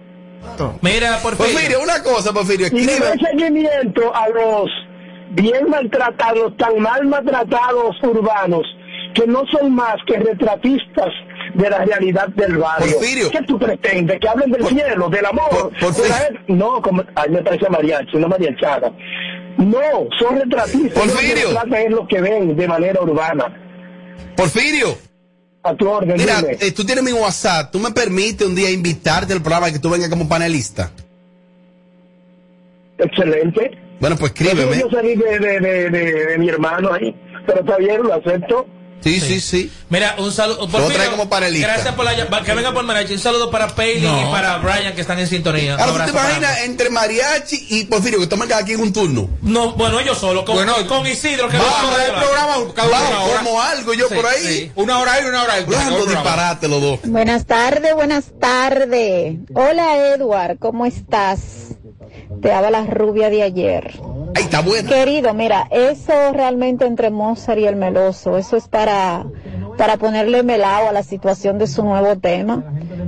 Speaker 2: Mira, por fin.
Speaker 4: Porfirio, una cosa, Porfirio,
Speaker 10: Y le
Speaker 4: escribe.
Speaker 10: doy seguimiento a los bien maltratados, tan mal maltratados urbanos, que no son más que retratistas de la realidad del barrio.
Speaker 4: Porfirio.
Speaker 10: ¿Qué tú pretendes? Que hablen del
Speaker 4: Por-
Speaker 10: cielo, del amor.
Speaker 4: Por- Porfirio.
Speaker 10: de la- No, como... Ay, me parece mariachi, una mariachada. No, son retratistas.
Speaker 4: Porfirio.
Speaker 10: Ellos Lo que retratan es lo que ven de manera urbana.
Speaker 4: Porfirio,
Speaker 10: A tu orden,
Speaker 4: mira,
Speaker 10: dime.
Speaker 4: eh, tú tienes mi WhatsApp. ¿Tú me permites un día invitarte al programa y que tú vengas como panelista?
Speaker 10: Excelente.
Speaker 4: Bueno, pues escríbeme.
Speaker 10: Yo salí de, de, de, de- de mi hermano ahí, pero está bien, lo acepto.
Speaker 4: Sí, sí, sí.
Speaker 2: Mira, un saludo.
Speaker 4: Lo trae como panelista.
Speaker 2: Gracias por la llamada. Que venga por Marachi. Un saludo para Peyton
Speaker 4: No.
Speaker 2: y para Brian que están en sintonía. Un
Speaker 4: Ahora, ¿tú
Speaker 2: abrazo
Speaker 4: te
Speaker 2: para ambos.
Speaker 4: imaginas entre mariachi y Porfirio que toman cada quien un turno?
Speaker 2: No, bueno, yo solo. Con,
Speaker 1: Bueno,
Speaker 2: con Isidro que
Speaker 1: Vamos
Speaker 2: lo-
Speaker 1: a dar el programa cada una
Speaker 4: Vamos,
Speaker 1: hora.
Speaker 4: como algo yo
Speaker 2: Sí,
Speaker 4: por ahí.
Speaker 2: sí.
Speaker 1: Una hora y una hora y
Speaker 4: Hablando disparate los dos.
Speaker 11: Buenas tardes, buenas tardes. Hola Edward, ¿cómo estás? Te habla la rubia de ayer.
Speaker 4: Ahí está bueno.
Speaker 11: Querido, mira, eso realmente entre Mozart y el meloso, eso es para, para ponerle melao a la situación de su nuevo tema.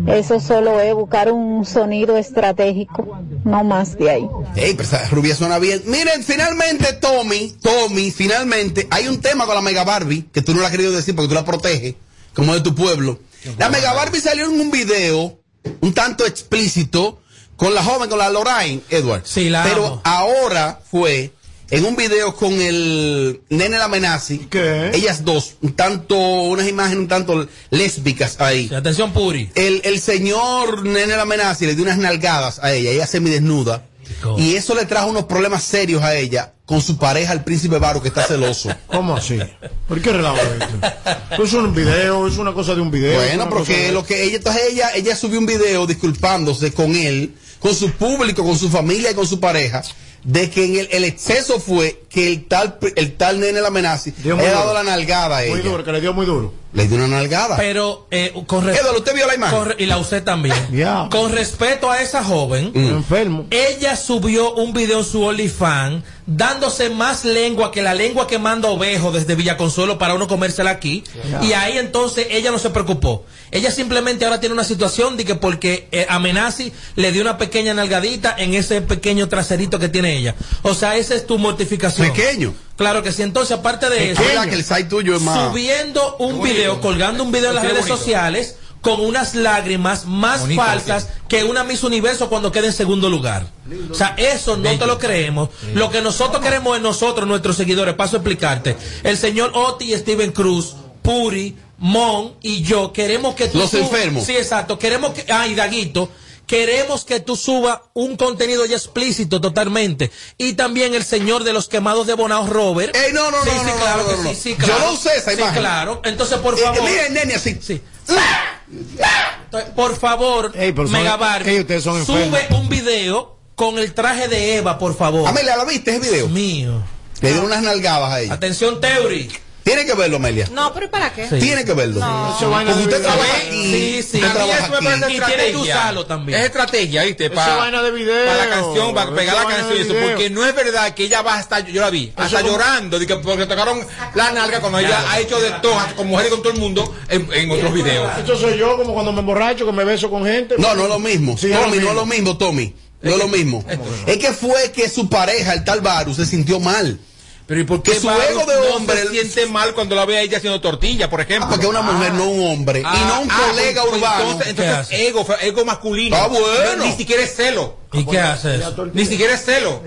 Speaker 11: Eso solo es buscar un sonido estratégico, no más de ahí.
Speaker 4: Ey, pero esa rubia suena bien. Miren, finalmente Tommy, Tommy, finalmente hay un tema con la Mega Barbie que tú no la has querido decir porque tú la proteges, como de tu pueblo. La Mega Barbie salió en un video un tanto explícito con la joven, con la Lorraine Edwards.
Speaker 2: Sí, la
Speaker 4: Pero
Speaker 2: amo.
Speaker 4: ahora fue en un video con el nene la Menazzi.
Speaker 3: ¿Qué?
Speaker 4: Ellas dos, un tanto, unas imágenes un tanto lésbicas ahí.
Speaker 2: Sí, Atención, Puri.
Speaker 4: El, el señor Nene la amenaza y le dio unas nalgadas a ella, ella semidesnuda.
Speaker 2: ¿Cómo?
Speaker 4: Y eso le trajo unos problemas serios a ella con su pareja, el príncipe Baro, que está celoso.
Speaker 3: ¿Cómo así? ¿Por qué relajo esto? Es un video, es una cosa de un video. es
Speaker 4: bueno,
Speaker 3: una cosa
Speaker 4: porque
Speaker 3: de-
Speaker 4: lo que ella, entonces ella, ella subió un video disculpándose con él, con su público, con su familia y con su pareja, de que en el, el exceso fue que el tal, pr- el tal Nene la amenaza le
Speaker 3: Dio
Speaker 4: ha
Speaker 3: muy
Speaker 4: dado
Speaker 3: duro.
Speaker 4: la nalgada a
Speaker 3: Muy
Speaker 4: ella.
Speaker 3: duro, que le dio muy duro.
Speaker 4: Le dio una nalgada.
Speaker 2: Pero eh, con respeto.
Speaker 4: Eduardo, ¿usted vio la imagen?
Speaker 2: y la usted también.
Speaker 3: Ya.
Speaker 2: Con respeto a esa joven,
Speaker 4: Mm.
Speaker 3: Un Enfermo.
Speaker 2: ella subió un video en su OnlyFans dándose más lengua que la lengua que manda Ovejo desde Villaconsuelo para uno comérsela aquí. Y ahí entonces ella no se preocupó. Ella simplemente ahora tiene una situación de que porque eh, Amenazi le dio una pequeña nalgadita en ese pequeño traserito que tiene ella. O sea, esa es tu mortificación.
Speaker 4: Pequeño.
Speaker 2: Claro que sí. Entonces, aparte de eso,
Speaker 4: Habla que el site tuyo es más.
Speaker 2: subiendo un video, colgando un video en las redes sociales con unas lágrimas más falsas que una Miss Universo cuando queda en segundo lugar. O sea, eso no te lo creemos. Lo que nosotros queremos es nosotros, nuestros seguidores. Paso a explicarte. El señor Oti, Steven Cruz, Puri, Mon y yo queremos que tú...
Speaker 4: Los
Speaker 2: sub-
Speaker 4: enfermos.
Speaker 2: Sí, exacto. Queremos que... Ah, y Daguito. Queremos que tú subas un contenido ya explícito totalmente. Y también el señor de los quemados de Bonao, Robert.
Speaker 4: Ey, no, no,
Speaker 2: Sí,
Speaker 4: no,
Speaker 2: sí,
Speaker 4: no,
Speaker 2: claro
Speaker 4: no,
Speaker 2: que
Speaker 4: no, no.
Speaker 2: sí, sí,
Speaker 4: Yo
Speaker 2: claro.
Speaker 4: no usé esa
Speaker 2: Sí,
Speaker 4: imagen.
Speaker 2: claro. Entonces, por
Speaker 4: Eh, eh,
Speaker 2: favor.
Speaker 4: mira el nene así.
Speaker 2: Sí. Entonces, Por favor,
Speaker 3: Ey, pero son-
Speaker 2: Megabar,
Speaker 3: ey, ustedes son
Speaker 2: sube
Speaker 3: enfermos.
Speaker 2: un video con el traje de Eva, por favor.
Speaker 4: Amelia, ¿la viste ese video?
Speaker 2: Dios mío.
Speaker 4: Le dieron unas nalgadas a ella.
Speaker 2: Atención, Teuri.
Speaker 4: Tiene que verlo, Amelia.
Speaker 5: No, pero ¿y para qué?
Speaker 2: Sí.
Speaker 4: Tiene que verlo.
Speaker 3: Esa vaina
Speaker 4: Porque
Speaker 3: de
Speaker 4: usted
Speaker 3: video.
Speaker 4: trabaja
Speaker 1: Sí,
Speaker 4: aquí.
Speaker 2: sí, sí.
Speaker 4: usted
Speaker 2: A mí
Speaker 4: trabaja
Speaker 1: eso me
Speaker 4: aquí.
Speaker 1: parece
Speaker 2: Y tiene que
Speaker 1: estrategia.
Speaker 2: usalo también.
Speaker 1: Es estrategia, ¿viste?
Speaker 3: Esa vaina de video.
Speaker 1: Para la canción, para pegar
Speaker 3: Esa
Speaker 1: la
Speaker 3: vaina
Speaker 1: canción.
Speaker 3: de
Speaker 1: y eso,
Speaker 3: video.
Speaker 1: porque no es verdad que ella va hasta, yo la vi, hasta
Speaker 3: como-
Speaker 1: llorando, de que- porque tocaron la nalga cuando ella ha hecho de todo, hasta con mujeres y con todo el mundo en, en otros videos.
Speaker 3: Esto soy yo, como cuando me emborracho, que me beso con gente.
Speaker 4: No, no es lo mismo.
Speaker 3: Sí, es
Speaker 4: Tommy,
Speaker 3: lo mismo.
Speaker 4: no es lo mismo, Tommy. No es lo mismo. Es que fue que su pareja, el tal Baru, se sintió mal.
Speaker 1: Pero ¿y por
Speaker 4: Que
Speaker 1: qué
Speaker 4: su
Speaker 1: Baruch
Speaker 4: ego de
Speaker 1: no
Speaker 4: hombre,
Speaker 1: se
Speaker 4: el-
Speaker 1: siente mal cuando la ve a ella haciendo tortilla, por ejemplo?
Speaker 4: Ah, porque una mujer, no un hombre. y no un
Speaker 1: Ah, ah,
Speaker 4: colega
Speaker 1: pues,
Speaker 4: urbano.
Speaker 1: Entonces,
Speaker 2: ¿Qué
Speaker 1: entonces
Speaker 2: hace?
Speaker 1: ego, ego masculino.
Speaker 4: Ah, bueno.
Speaker 1: No, Ni siquiera es celo.
Speaker 2: ¿Y qué hace eso?
Speaker 1: Ni siquiera es celo.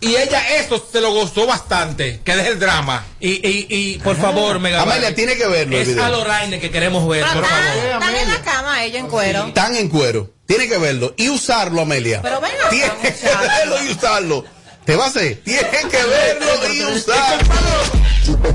Speaker 1: Y ella eso se lo gozó bastante, que es el drama.
Speaker 2: Y, y, y por favor, Megabar.
Speaker 4: Amelia, tiene que verlo el
Speaker 2: Es a
Speaker 4: video.
Speaker 2: Lorraine que queremos ver,
Speaker 5: Pero
Speaker 2: por favor.
Speaker 5: Ah, están, están en la cama ellos en cuero.
Speaker 4: Están en cuero. Tiene que verlo. Y usarlo, Amelia.
Speaker 5: Pero ven acá,
Speaker 4: Tiene que
Speaker 5: muchacho.
Speaker 4: verlo y usarlo. ¿Te va a hacer? Tiene que verlo y usarlo.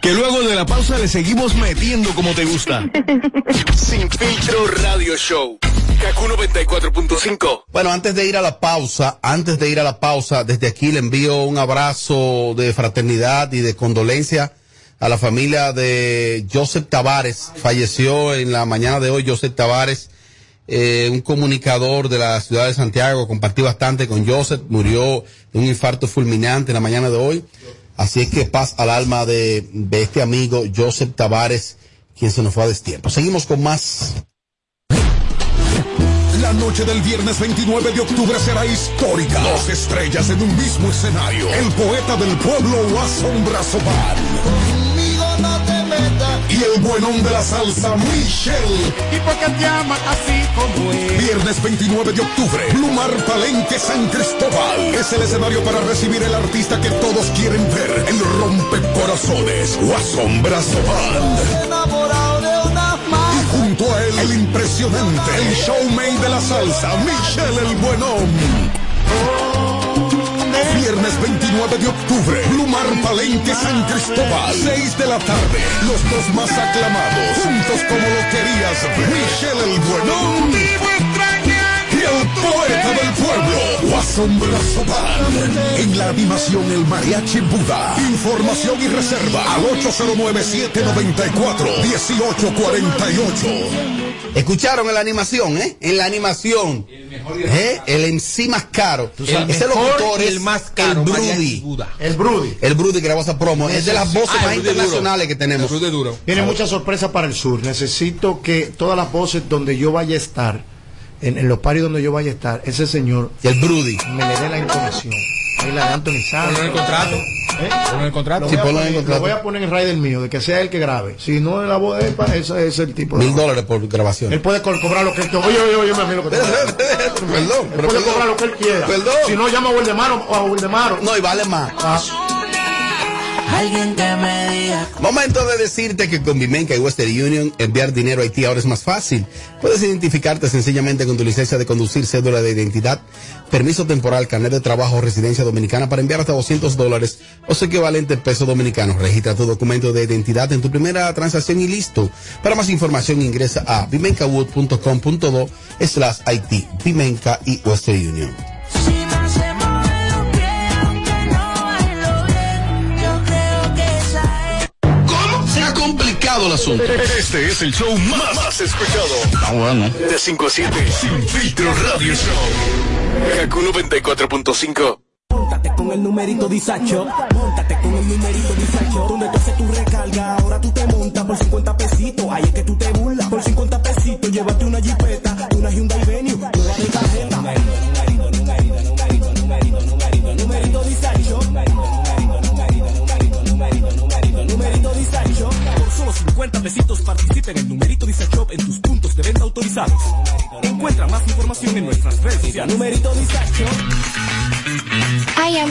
Speaker 7: Que luego de la pausa le seguimos metiendo como te gusta.
Speaker 12: Sin filtro radio show. Kaku 94.5.
Speaker 4: Bueno, antes de ir a la pausa, antes de ir a la pausa, desde aquí le envío un abrazo de fraternidad y de condolencia a la familia de Joseph Tavares. Falleció en la mañana de hoy Joseph Tavares, eh, un comunicador de la ciudad de Santiago, compartí bastante con Joseph, murió de un infarto fulminante en la mañana de hoy. Así es que paz al alma de, de este amigo Joseph Tavares, quien se nos fue a destiempo. Seguimos con más.
Speaker 13: La noche del viernes 29 de octubre será histórica. Dos estrellas en un mismo escenario. El poeta del pueblo Wasson Brazoval. Y el buenón de la salsa, Michelle. ¿Y por qué te amas así como es? Viernes 29 de octubre, Plumar Palenque San Cristóbal. Es el escenario para recibir el artista que todos quieren ver. El rompecorazones, Wasson Brazoval. Y junto a él, el impresionante, el showman de la salsa, Michelle el Buenón. Viernes 29 de octubre, Plumar Palenque San Cristóbal, 6 de la tarde. Los dos más aclamados, juntos como lo querías, ver. Michelle el Buenón y el poeta del pueblo, Guasón Brazopan. En la animación, el mariachi Buda. Información y reserva al 809-794-1848.
Speaker 4: Escucharon en la animación, ¿eh? En la animación. ¿Eh? El MC más caro.
Speaker 1: El mejor y el más caro,
Speaker 4: El
Speaker 1: Mariachi
Speaker 4: Brudi.
Speaker 1: Buda.
Speaker 3: El Brudi.
Speaker 4: El Brudi que grabó esa promo. Es de las voces
Speaker 3: Ah, el
Speaker 4: más
Speaker 3: Brudi duro.
Speaker 4: internacionales que tenemos.
Speaker 3: Tiene muchas sorpresas para el sur. Necesito que todas las voces donde yo vaya a estar, en, en los paris donde yo vaya a estar, ese señor.
Speaker 4: El Brudi.
Speaker 3: Me le dé la información. Ahí la de Anthony ¿Eh? Sanz.
Speaker 1: Ponlo en el contrato. Ponlo en el
Speaker 3: Lo
Speaker 1: contrato.
Speaker 3: voy, a poner, lo voy a poner en rider mío, de que sea él que grabe. Si no es la voz de él, pa- ese es el tipo. de-
Speaker 4: Mil dólares por grabación.
Speaker 3: Él puede co- cobrar lo que él Oye, oye, oye, mami, lo que te
Speaker 4: Perdón,
Speaker 3: Él puede cobrar lo que él quiera.
Speaker 4: Perdón.
Speaker 3: Si no, llama a Wildemaro o a Ah. Wildemaro.
Speaker 4: No, y vale más.
Speaker 3: Alguien que me diga.
Speaker 4: Momento de decirte que con Bimenca y Western Union enviar dinero a Haití ahora es más fácil. Puedes identificarte sencillamente con tu licencia de conducir, cédula de identidad, permiso temporal, carnet de trabajo o residencia dominicana para enviar hasta 200 dólares o su equivalente en peso dominicano. Registra tu documento de identidad en tu primera transacción y listo. Para más información ingresa a bimencawood.com.do slash Haití, Bimenca y Western Union.
Speaker 14: Si no se mueve los pies, aunque no bailo bien, yo creo que esa es.
Speaker 12: ¿Cómo? Se ha complicado el asunto. Este es el show más, más escuchado.
Speaker 14: Ah, bueno.
Speaker 12: De 5 a 7. Sin filtro radio show. Kaku 94.5.
Speaker 15: Móntate con el numerito disacho. Móntate con el numerito disacho. Donde tú haces tu recarga, ahora tú te montas por 50 pesitos. Ahí es que tú te burlas por 50 pesitos. Llévate una jipeta, una Hyundai Venue, nueva de tarjeta. Numerito, numerito, numerito, numerito, numerito, numerito disacho. Numerito, numerito, numerito, numerito, numerito, numerito disacho. Por solo 50 pesitos participa en el numerito disacho en tus puntos de venta autorizados. Encuentra más información en nuestras redes sociales. Numerito disacho.
Speaker 16: I am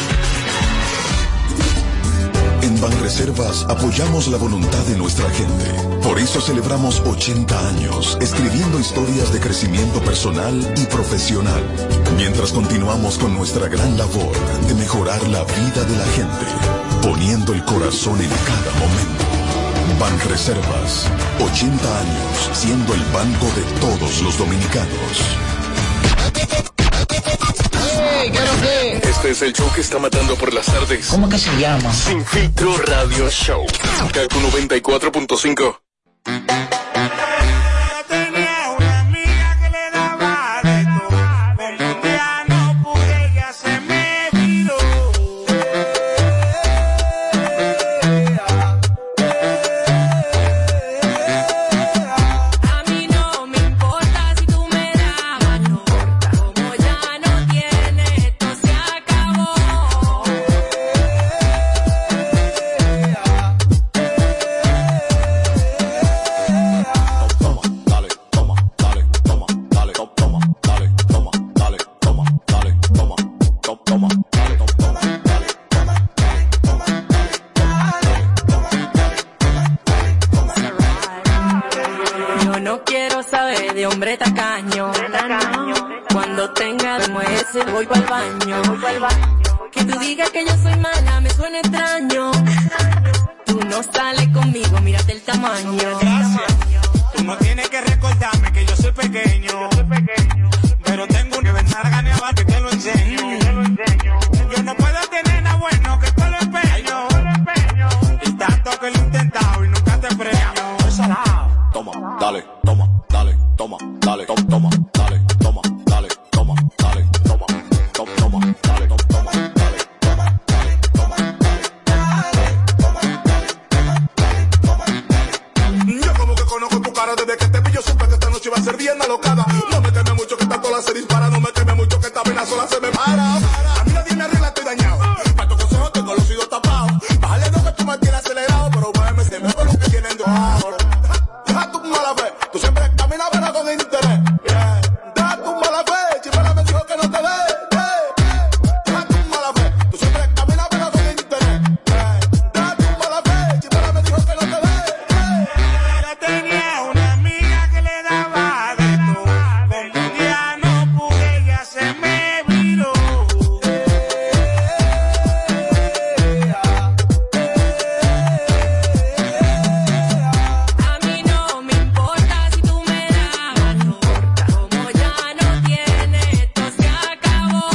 Speaker 13: En Banreservas apoyamos la voluntad de nuestra gente. Por eso celebramos 80 años escribiendo historias de crecimiento personal y profesional. Mientras continuamos con nuestra gran labor de mejorar la vida de la gente, poniendo el corazón en cada momento. Banreservas, 80 años siendo el banco de todos los dominicanos.
Speaker 12: Este es el show que está matando por las tardes.
Speaker 14: ¿Cómo que se llama?
Speaker 12: Sin filtro radio show. Kaku 94.5.
Speaker 14: A mí no me importa si tú me dabas no. Como ya no tiene, esto se acabó. Yo no quiero saber de hombre tacaño. Cuando tenga de muerte voy pa'l baño. Que tú digas que yo soy mala me suena extraño. Tú no sales conmigo, mírate el tamaño.
Speaker 15: Tú no tienes que recordarme que yo soy pequeño. Pero tengo un ventaja ganeaba que te lo enseño. Yo no puedo tener nada bueno que te lo empeño. Y tanto que lo he intentado y nunca te premio.
Speaker 12: Toma, dale, toma, dale, toma, dale, toma, toma, dale, toma, dale, toma, dale, toma, toma, toma, dale, toma, toma, dale, toma, dale, toma, dale, toma, dale, toma, dale, toma, dale. Yo como que conozco tu cara desde que te vi, yo supe que esta noche iba a ser bien alocada. No me teme mucho que esta tola se dispara, no me teme mucho que esta vena sola se me para. A mí nadie me arregla, estoy dañado. Para tu consejo tengo los oídos tapados. Bájale dos que tú me tienes acelerado, pero bájame se me con lo que tienen dos Deja tu mala fe, tú siempre caminas pero con interés. Yeah. Deja tu mala fe, chimera me dijo que no te ve. eh. Deja tu mala fe, tú siempre caminas pero con interés. Yeah. Deja tu mala fe, chimera me dijo que no te ve.
Speaker 15: Yo tenía una amiga que le daba de todo. Como un día no pude, ella se me viró.
Speaker 14: A mí no me importa si tú me dabas, no importa. Como ya no tienes, esto se acabó.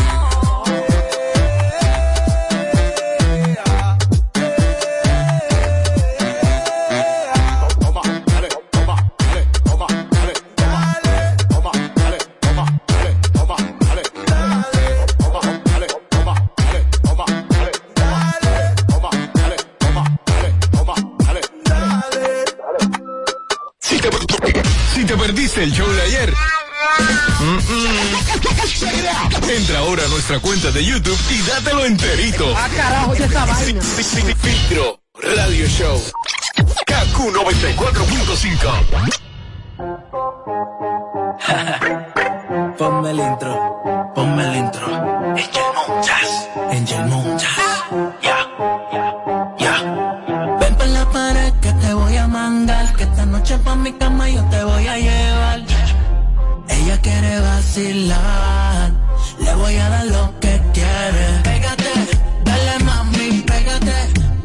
Speaker 12: Toma, dale, toma, dale, toma, dale, toma, dale, toma, dale, toma, dale, toma, dale, toma, dale, toma, dale, toma, dale, toma, dale, toma, dale, toma, dale, dale,
Speaker 17: Si te, si te perdiste el show de ayer. mm-mm. Entra ahora a nuestra cuenta de YouTube y dátelo enterito.
Speaker 14: carajo, ya está vaina.
Speaker 17: Fi- fi- Filtro Radio Show. KQ 94.5.
Speaker 15: Ponme el intro, ponme el intro. Angel Montas, Angel Montas.
Speaker 18: Ven pa' la pared que te voy a mandar. Que esta noche pa' mi cama yo te voy a llevar. Ella quiere vacilar. Le voy a dar lo que quiere. Pégate, dale mami, pégate.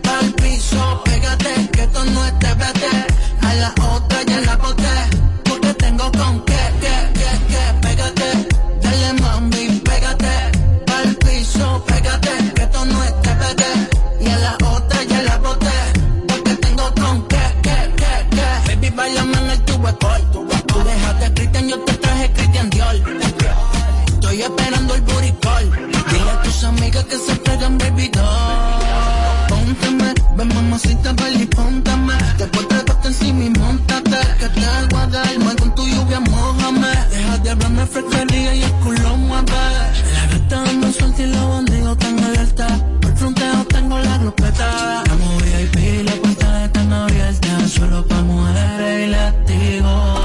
Speaker 18: Pa'l piso, pégate. Que esto no es vete. A la otra ya la boté. Porque tengo con qué, que, que, que. Pégate, dale mami, pégate. Pa'l piso, pégate. Que esto no es vete. Y a la otra ya la boté. Porque tengo con qué, que, que, que. Baby, bailame en el tubo Tú dejaste Cristian, yo te traje Cristian Dior. Estoy esperando el buricol. Dile a tus amigas que se traigan baby doll. Póntame, ven mamacita, baby, póntame. Después trépate encima y montate. Que te hago a dar, man, con tu lluvia, mojame. Deja de hablarme fresquería y el culo mueve. La gata dando suelta y los bandidos tan alerta. Por fronteo tengo la grupeta. La movida y pila, puertas están abiertas. Solo pa' mujeres y latigo.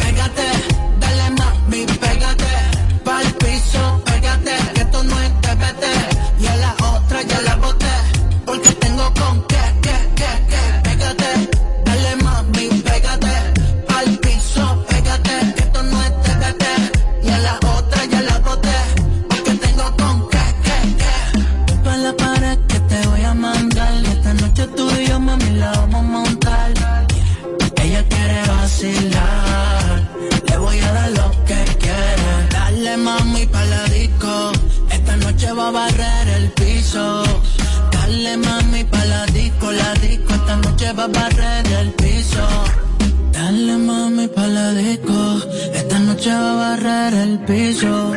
Speaker 18: Pégate, dale mami, pégate. Pa'l piso, pégate, que esto no es TBT. Y a la otra ya la boté, porque tengo con qué, qué, qué, qué. Pégate, dale mami, pégate. Pa'l piso, pégate, que esto no es TBT. Y a la otra ya la boté, porque tengo con qué, qué, qué. Ven pa' la pared que te voy a mandar. Esta noche tú y yo, mami, la vamos a montar. Ella quiere vacilar, le voy a dar lo que quiere. Dale mami pa' la disco, esta noche va a barrer el piso. Dale mami pa' la disco, la disco, esta noche va a barrer el piso. Dale mami pa' la disco, esta noche va a barrer el piso.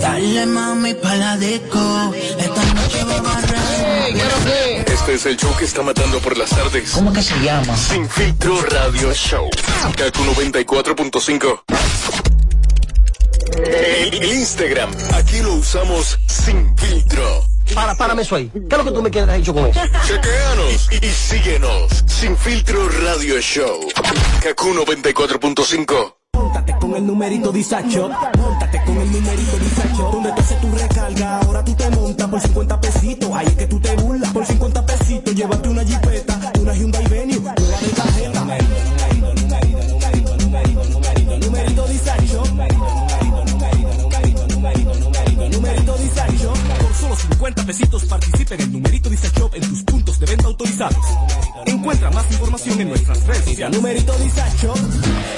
Speaker 18: Dale mami pa' la disco, esta noche va a barrer el piso.
Speaker 12: Este es el show que está matando por las tardes.
Speaker 18: ¿Cómo que se llama?
Speaker 12: Sin filtro radio show. KQ 94.5. El, el Instagram, aquí lo usamos sin filtro.
Speaker 19: Para, párame eso ahí. ¿Qué es lo que tú me quieres hecho con eso?
Speaker 12: Chequeanos y, y síguenos. Sin filtro radio show. KQ 94.5.
Speaker 15: Móntate con el numerito disacho. Móntate con el numerito disacho. Donde tú haces tu recarga, ahora tú te montas por 50 pesitos. Ahí es que tú te burlas por 50 pesitos. Llévate una jipeta, una Hyundai Venue, nueva de tarjeta. Numerito disacho. Numerito, numerito, numerito, numerito, numerito, numerito disacho. Por solo 50 nacionales. Encuentra más información en nuestras redes sociales. Numerito Disacho.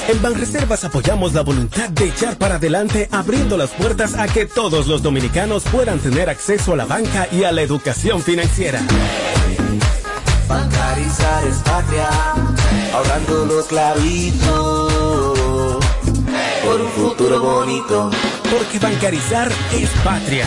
Speaker 15: En Banreservas apoyamos la voluntad de echar para adelante abriendo las puertas a que todos los dominicanos puedan tener acceso a la banca y a la educación financiera.
Speaker 18: Bancarizar es patria, ahorrando los clavitos por un futuro bonito.
Speaker 15: Porque bancarizar es patria.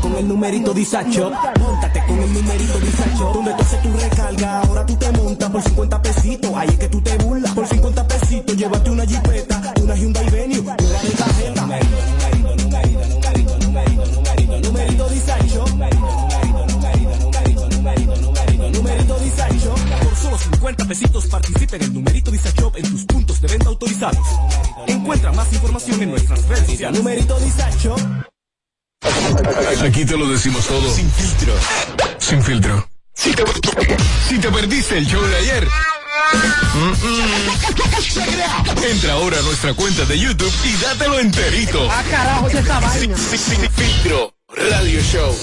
Speaker 15: con el numerito disacho. Móntate con el numerito disacho. Donde tú haces tu recarga, ahora tú te montas por 50 pesitos. Ahí es que tú te burlas. Por 50 pesitos, llévate una jipeta, una Hyundai Venue, una de tarjeta. Numerito, numerito, numerito, numerito, numerito, numerito disacho. Numerito Disacho. Por solo 50 pesitos participa en el numerito Disacho en tus puntos de venta autorizados. Encuentra más información en nuestras redes sociales. Numerito Disacho.
Speaker 17: Aquí te lo decimos todo. Sin filtro. Sin filtro. Si te, si te perdiste el show de ayer. mm, mm. Entra ahora a nuestra cuenta de YouTube y dátelo enterito.
Speaker 14: Ah, carajo, ¿y esta vaina?
Speaker 17: Sin, sin filtro. Radio Show.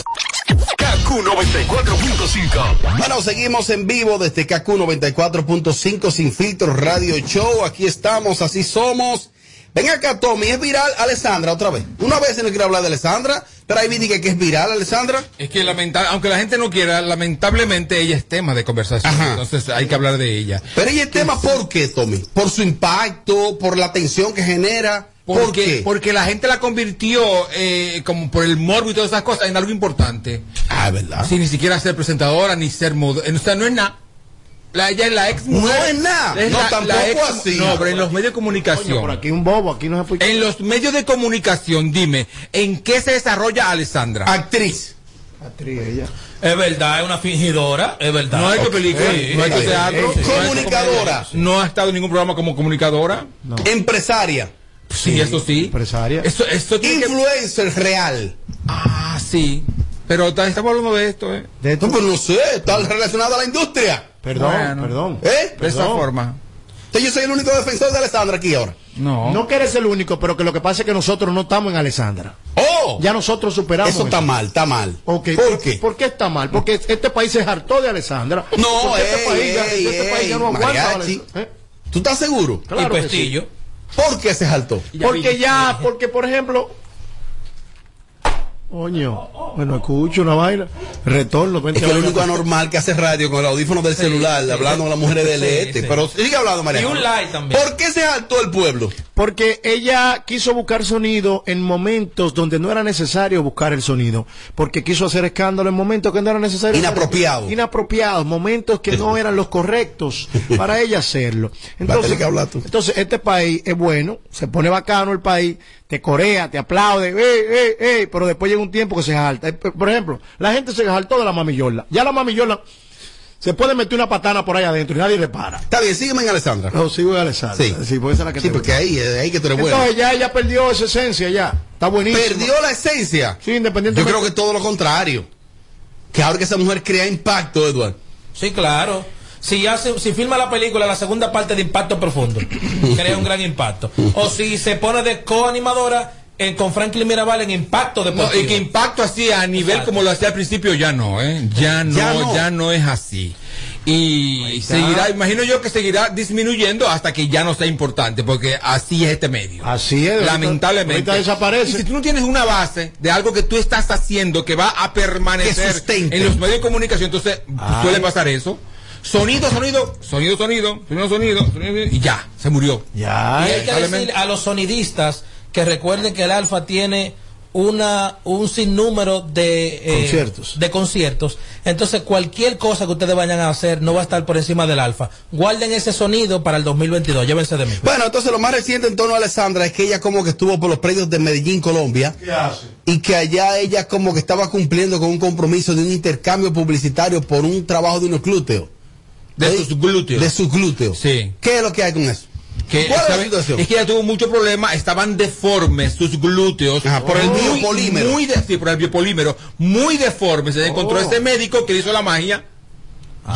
Speaker 17: KQ94.5.
Speaker 4: Bueno, seguimos en vivo desde KQ 94.5 sin filtro radio show. Aquí estamos, así somos. Ven acá, Tommy, es viral Alessandra otra vez. Una vez se nos quiere hablar de Alessandra, pero ahí vi que, que es viral Alessandra.
Speaker 1: Es que lamenta- aunque la gente no quiera, lamentablemente ella es tema de conversación. Entonces hay que hablar de ella.
Speaker 4: Pero ella es tema por qué, Tommy? Por su impacto, por la tensión que genera.
Speaker 1: Porque,
Speaker 4: ¿Por qué?
Speaker 1: porque la gente la convirtió, eh, como por el morbo y todas esas cosas, en algo importante.
Speaker 4: Ah, ¿verdad?
Speaker 1: Sin ni siquiera ser presentadora, ni ser modelo. O sea, no es nada. La, ella es la ex mujer.
Speaker 3: No es nada. No, tampoco así.
Speaker 1: No, pero en los medios de comunicación.
Speaker 3: Coño, por aquí un bobo, aquí no se puede.
Speaker 1: En los medios de comunicación, dime, ¿en qué se desarrolla Alessandra?
Speaker 4: Actriz.
Speaker 3: Actriz, ella.
Speaker 2: Es verdad, es una fingidora, es verdad.
Speaker 1: No ha hecho
Speaker 2: Ok.
Speaker 1: película,
Speaker 2: Sí,
Speaker 1: no ha hecho
Speaker 2: sí,
Speaker 1: teatro.
Speaker 2: sí.
Speaker 1: no ha hecho comedia, No ha estado en ningún programa como comunicadora.
Speaker 4: Empresaria.
Speaker 1: Sí, eso sí. Empresaria.
Speaker 4: Eh,
Speaker 1: Eso, eso
Speaker 4: Influencer real.
Speaker 1: Ah, sí. Pero ta- estamos hablando de esto, ¿eh?
Speaker 4: No, pero no sé, está relacionada a la industria.
Speaker 1: Perdón, Bueno. perdón.
Speaker 4: ¿Eh?
Speaker 1: De esa forma.
Speaker 4: Entonces yo soy el único defensor de Alessandra aquí ahora.
Speaker 1: No.
Speaker 3: No que eres el único, pero que lo que pasa es que nosotros no estamos en Alessandra.
Speaker 4: ¡Oh!
Speaker 3: Ya nosotros superamos.
Speaker 4: Eso está mal, está mal.
Speaker 3: Ok,
Speaker 4: ¿Por qué?
Speaker 3: ¿Por qué está mal? Porque este país se hartó de Alessandra.
Speaker 4: No,
Speaker 3: Porque
Speaker 4: ey,
Speaker 3: este país, ya-
Speaker 4: ey,
Speaker 3: este país ya
Speaker 4: ey,
Speaker 3: no aguanta.
Speaker 4: mariachi.
Speaker 3: Alessandra. ¿Eh?
Speaker 4: ¿Tú estás seguro?
Speaker 3: Claro Y que Pestillo.
Speaker 4: ¿Por qué se saltó?
Speaker 3: Porque ya, porque por ejemplo. Coño, bueno, escucho una vaina. Retorno,
Speaker 4: Es
Speaker 3: vente
Speaker 4: que
Speaker 3: a
Speaker 4: lo
Speaker 3: ver.
Speaker 4: único anormal que hace radio con el audífono del
Speaker 3: Sí,
Speaker 4: celular,
Speaker 3: sí,
Speaker 4: hablando con las mujeres del
Speaker 3: sí,
Speaker 4: este.
Speaker 3: sí.
Speaker 4: Pero sigue hablando, María.
Speaker 3: Y un like también.
Speaker 4: ¿Por qué se saltó el pueblo?
Speaker 3: Porque ella quiso buscar sonido en momentos donde no era necesario buscar el sonido. Porque quiso hacer escándalo en momentos que no era necesario. hacer-
Speaker 4: Inapropiado.
Speaker 3: Inapropiados, momentos que no eran los correctos para ella hacerlo.
Speaker 4: tener
Speaker 3: Entonces,
Speaker 4: que hablar tú.
Speaker 3: entonces, este país es bueno, se pone bacano el país, te corea, te aplaude, ey, ey, ey, pero después llega un tiempo que se jalta. Eh, Por por ejemplo, la gente se jaltó de la mami Yola. Ya la mami Yola se puede meter una patana por ahí adentro y nadie le para.
Speaker 4: Está bien, sígueme en Alessandra.
Speaker 3: No, sigo en Alessandra.
Speaker 4: Sí,
Speaker 3: sí, porque, esa es la que te gusta.
Speaker 4: ahí, eh, ahí que tú eres bueno.
Speaker 3: Entonces ya ella perdió esa esencia ya. Está buenísimo.
Speaker 4: Perdió la esencia.
Speaker 3: Sí, independientemente.
Speaker 4: Yo creo que todo lo contrario. Que ahora que esa mujer crea impacto, Eduardo.
Speaker 2: Sí, claro. Si, hace, si filma la película, la segunda parte de Impacto Profundo, crea un gran impacto. O si se pone de coanimadora en- con Franklin Mirabal en Impacto de
Speaker 1: No, y que impacto así a nivel como lo hacía al principio, ya no, ¿eh? Ya no, ya
Speaker 2: Ya
Speaker 1: no,
Speaker 2: no.
Speaker 1: es así. y seguirá, imagino yo que seguirá disminuyendo hasta que ya no sea importante, porque así es este medio.
Speaker 3: Así es.
Speaker 1: Lamentablemente.
Speaker 3: ahorita desaparece.
Speaker 1: Y si tú no tienes una base de algo que tú estás haciendo que va a
Speaker 3: Que
Speaker 1: permanecer
Speaker 3: sustente.
Speaker 1: en los medios de comunicación, entonces pues,
Speaker 3: Ay.
Speaker 1: suele pasar eso. Sonido, sonido, sonido, sonido, sonido, sonido, sonido, y ya, se murió.
Speaker 3: Ya.
Speaker 2: y hay que decir a los sonidistas que recuerden que el Alfa tiene una un sinnúmero de eh,
Speaker 3: Conciertos.
Speaker 2: de conciertos. Entonces, cualquier cosa que ustedes vayan a hacer no va a estar por encima del Alfa. Guarden ese sonido para el 2022. Llévense de mí.
Speaker 4: Bueno, entonces lo más reciente en torno a Alessandra es que ella como que estuvo por los predios de Medellín, Colombia. Y que allá ella como que estaba cumpliendo con un compromiso de un intercambio publicitario por un trabajo de unos glúteos. ¿Eh?
Speaker 1: De sus glúteos.
Speaker 4: De sus glúteos.
Speaker 1: Sí.
Speaker 4: ¿Qué es lo que hay con eso?
Speaker 1: Que,
Speaker 4: ¿Cuál es la
Speaker 1: ¿sabe?
Speaker 4: situación?
Speaker 1: Es que ella tuvo mucho problema, estaban deformes sus glúteos por el biopolímero. Muy de- sí, por el biopolímero, muy deformes. Se encontró
Speaker 4: Oh.
Speaker 1: este médico que le hizo la magia.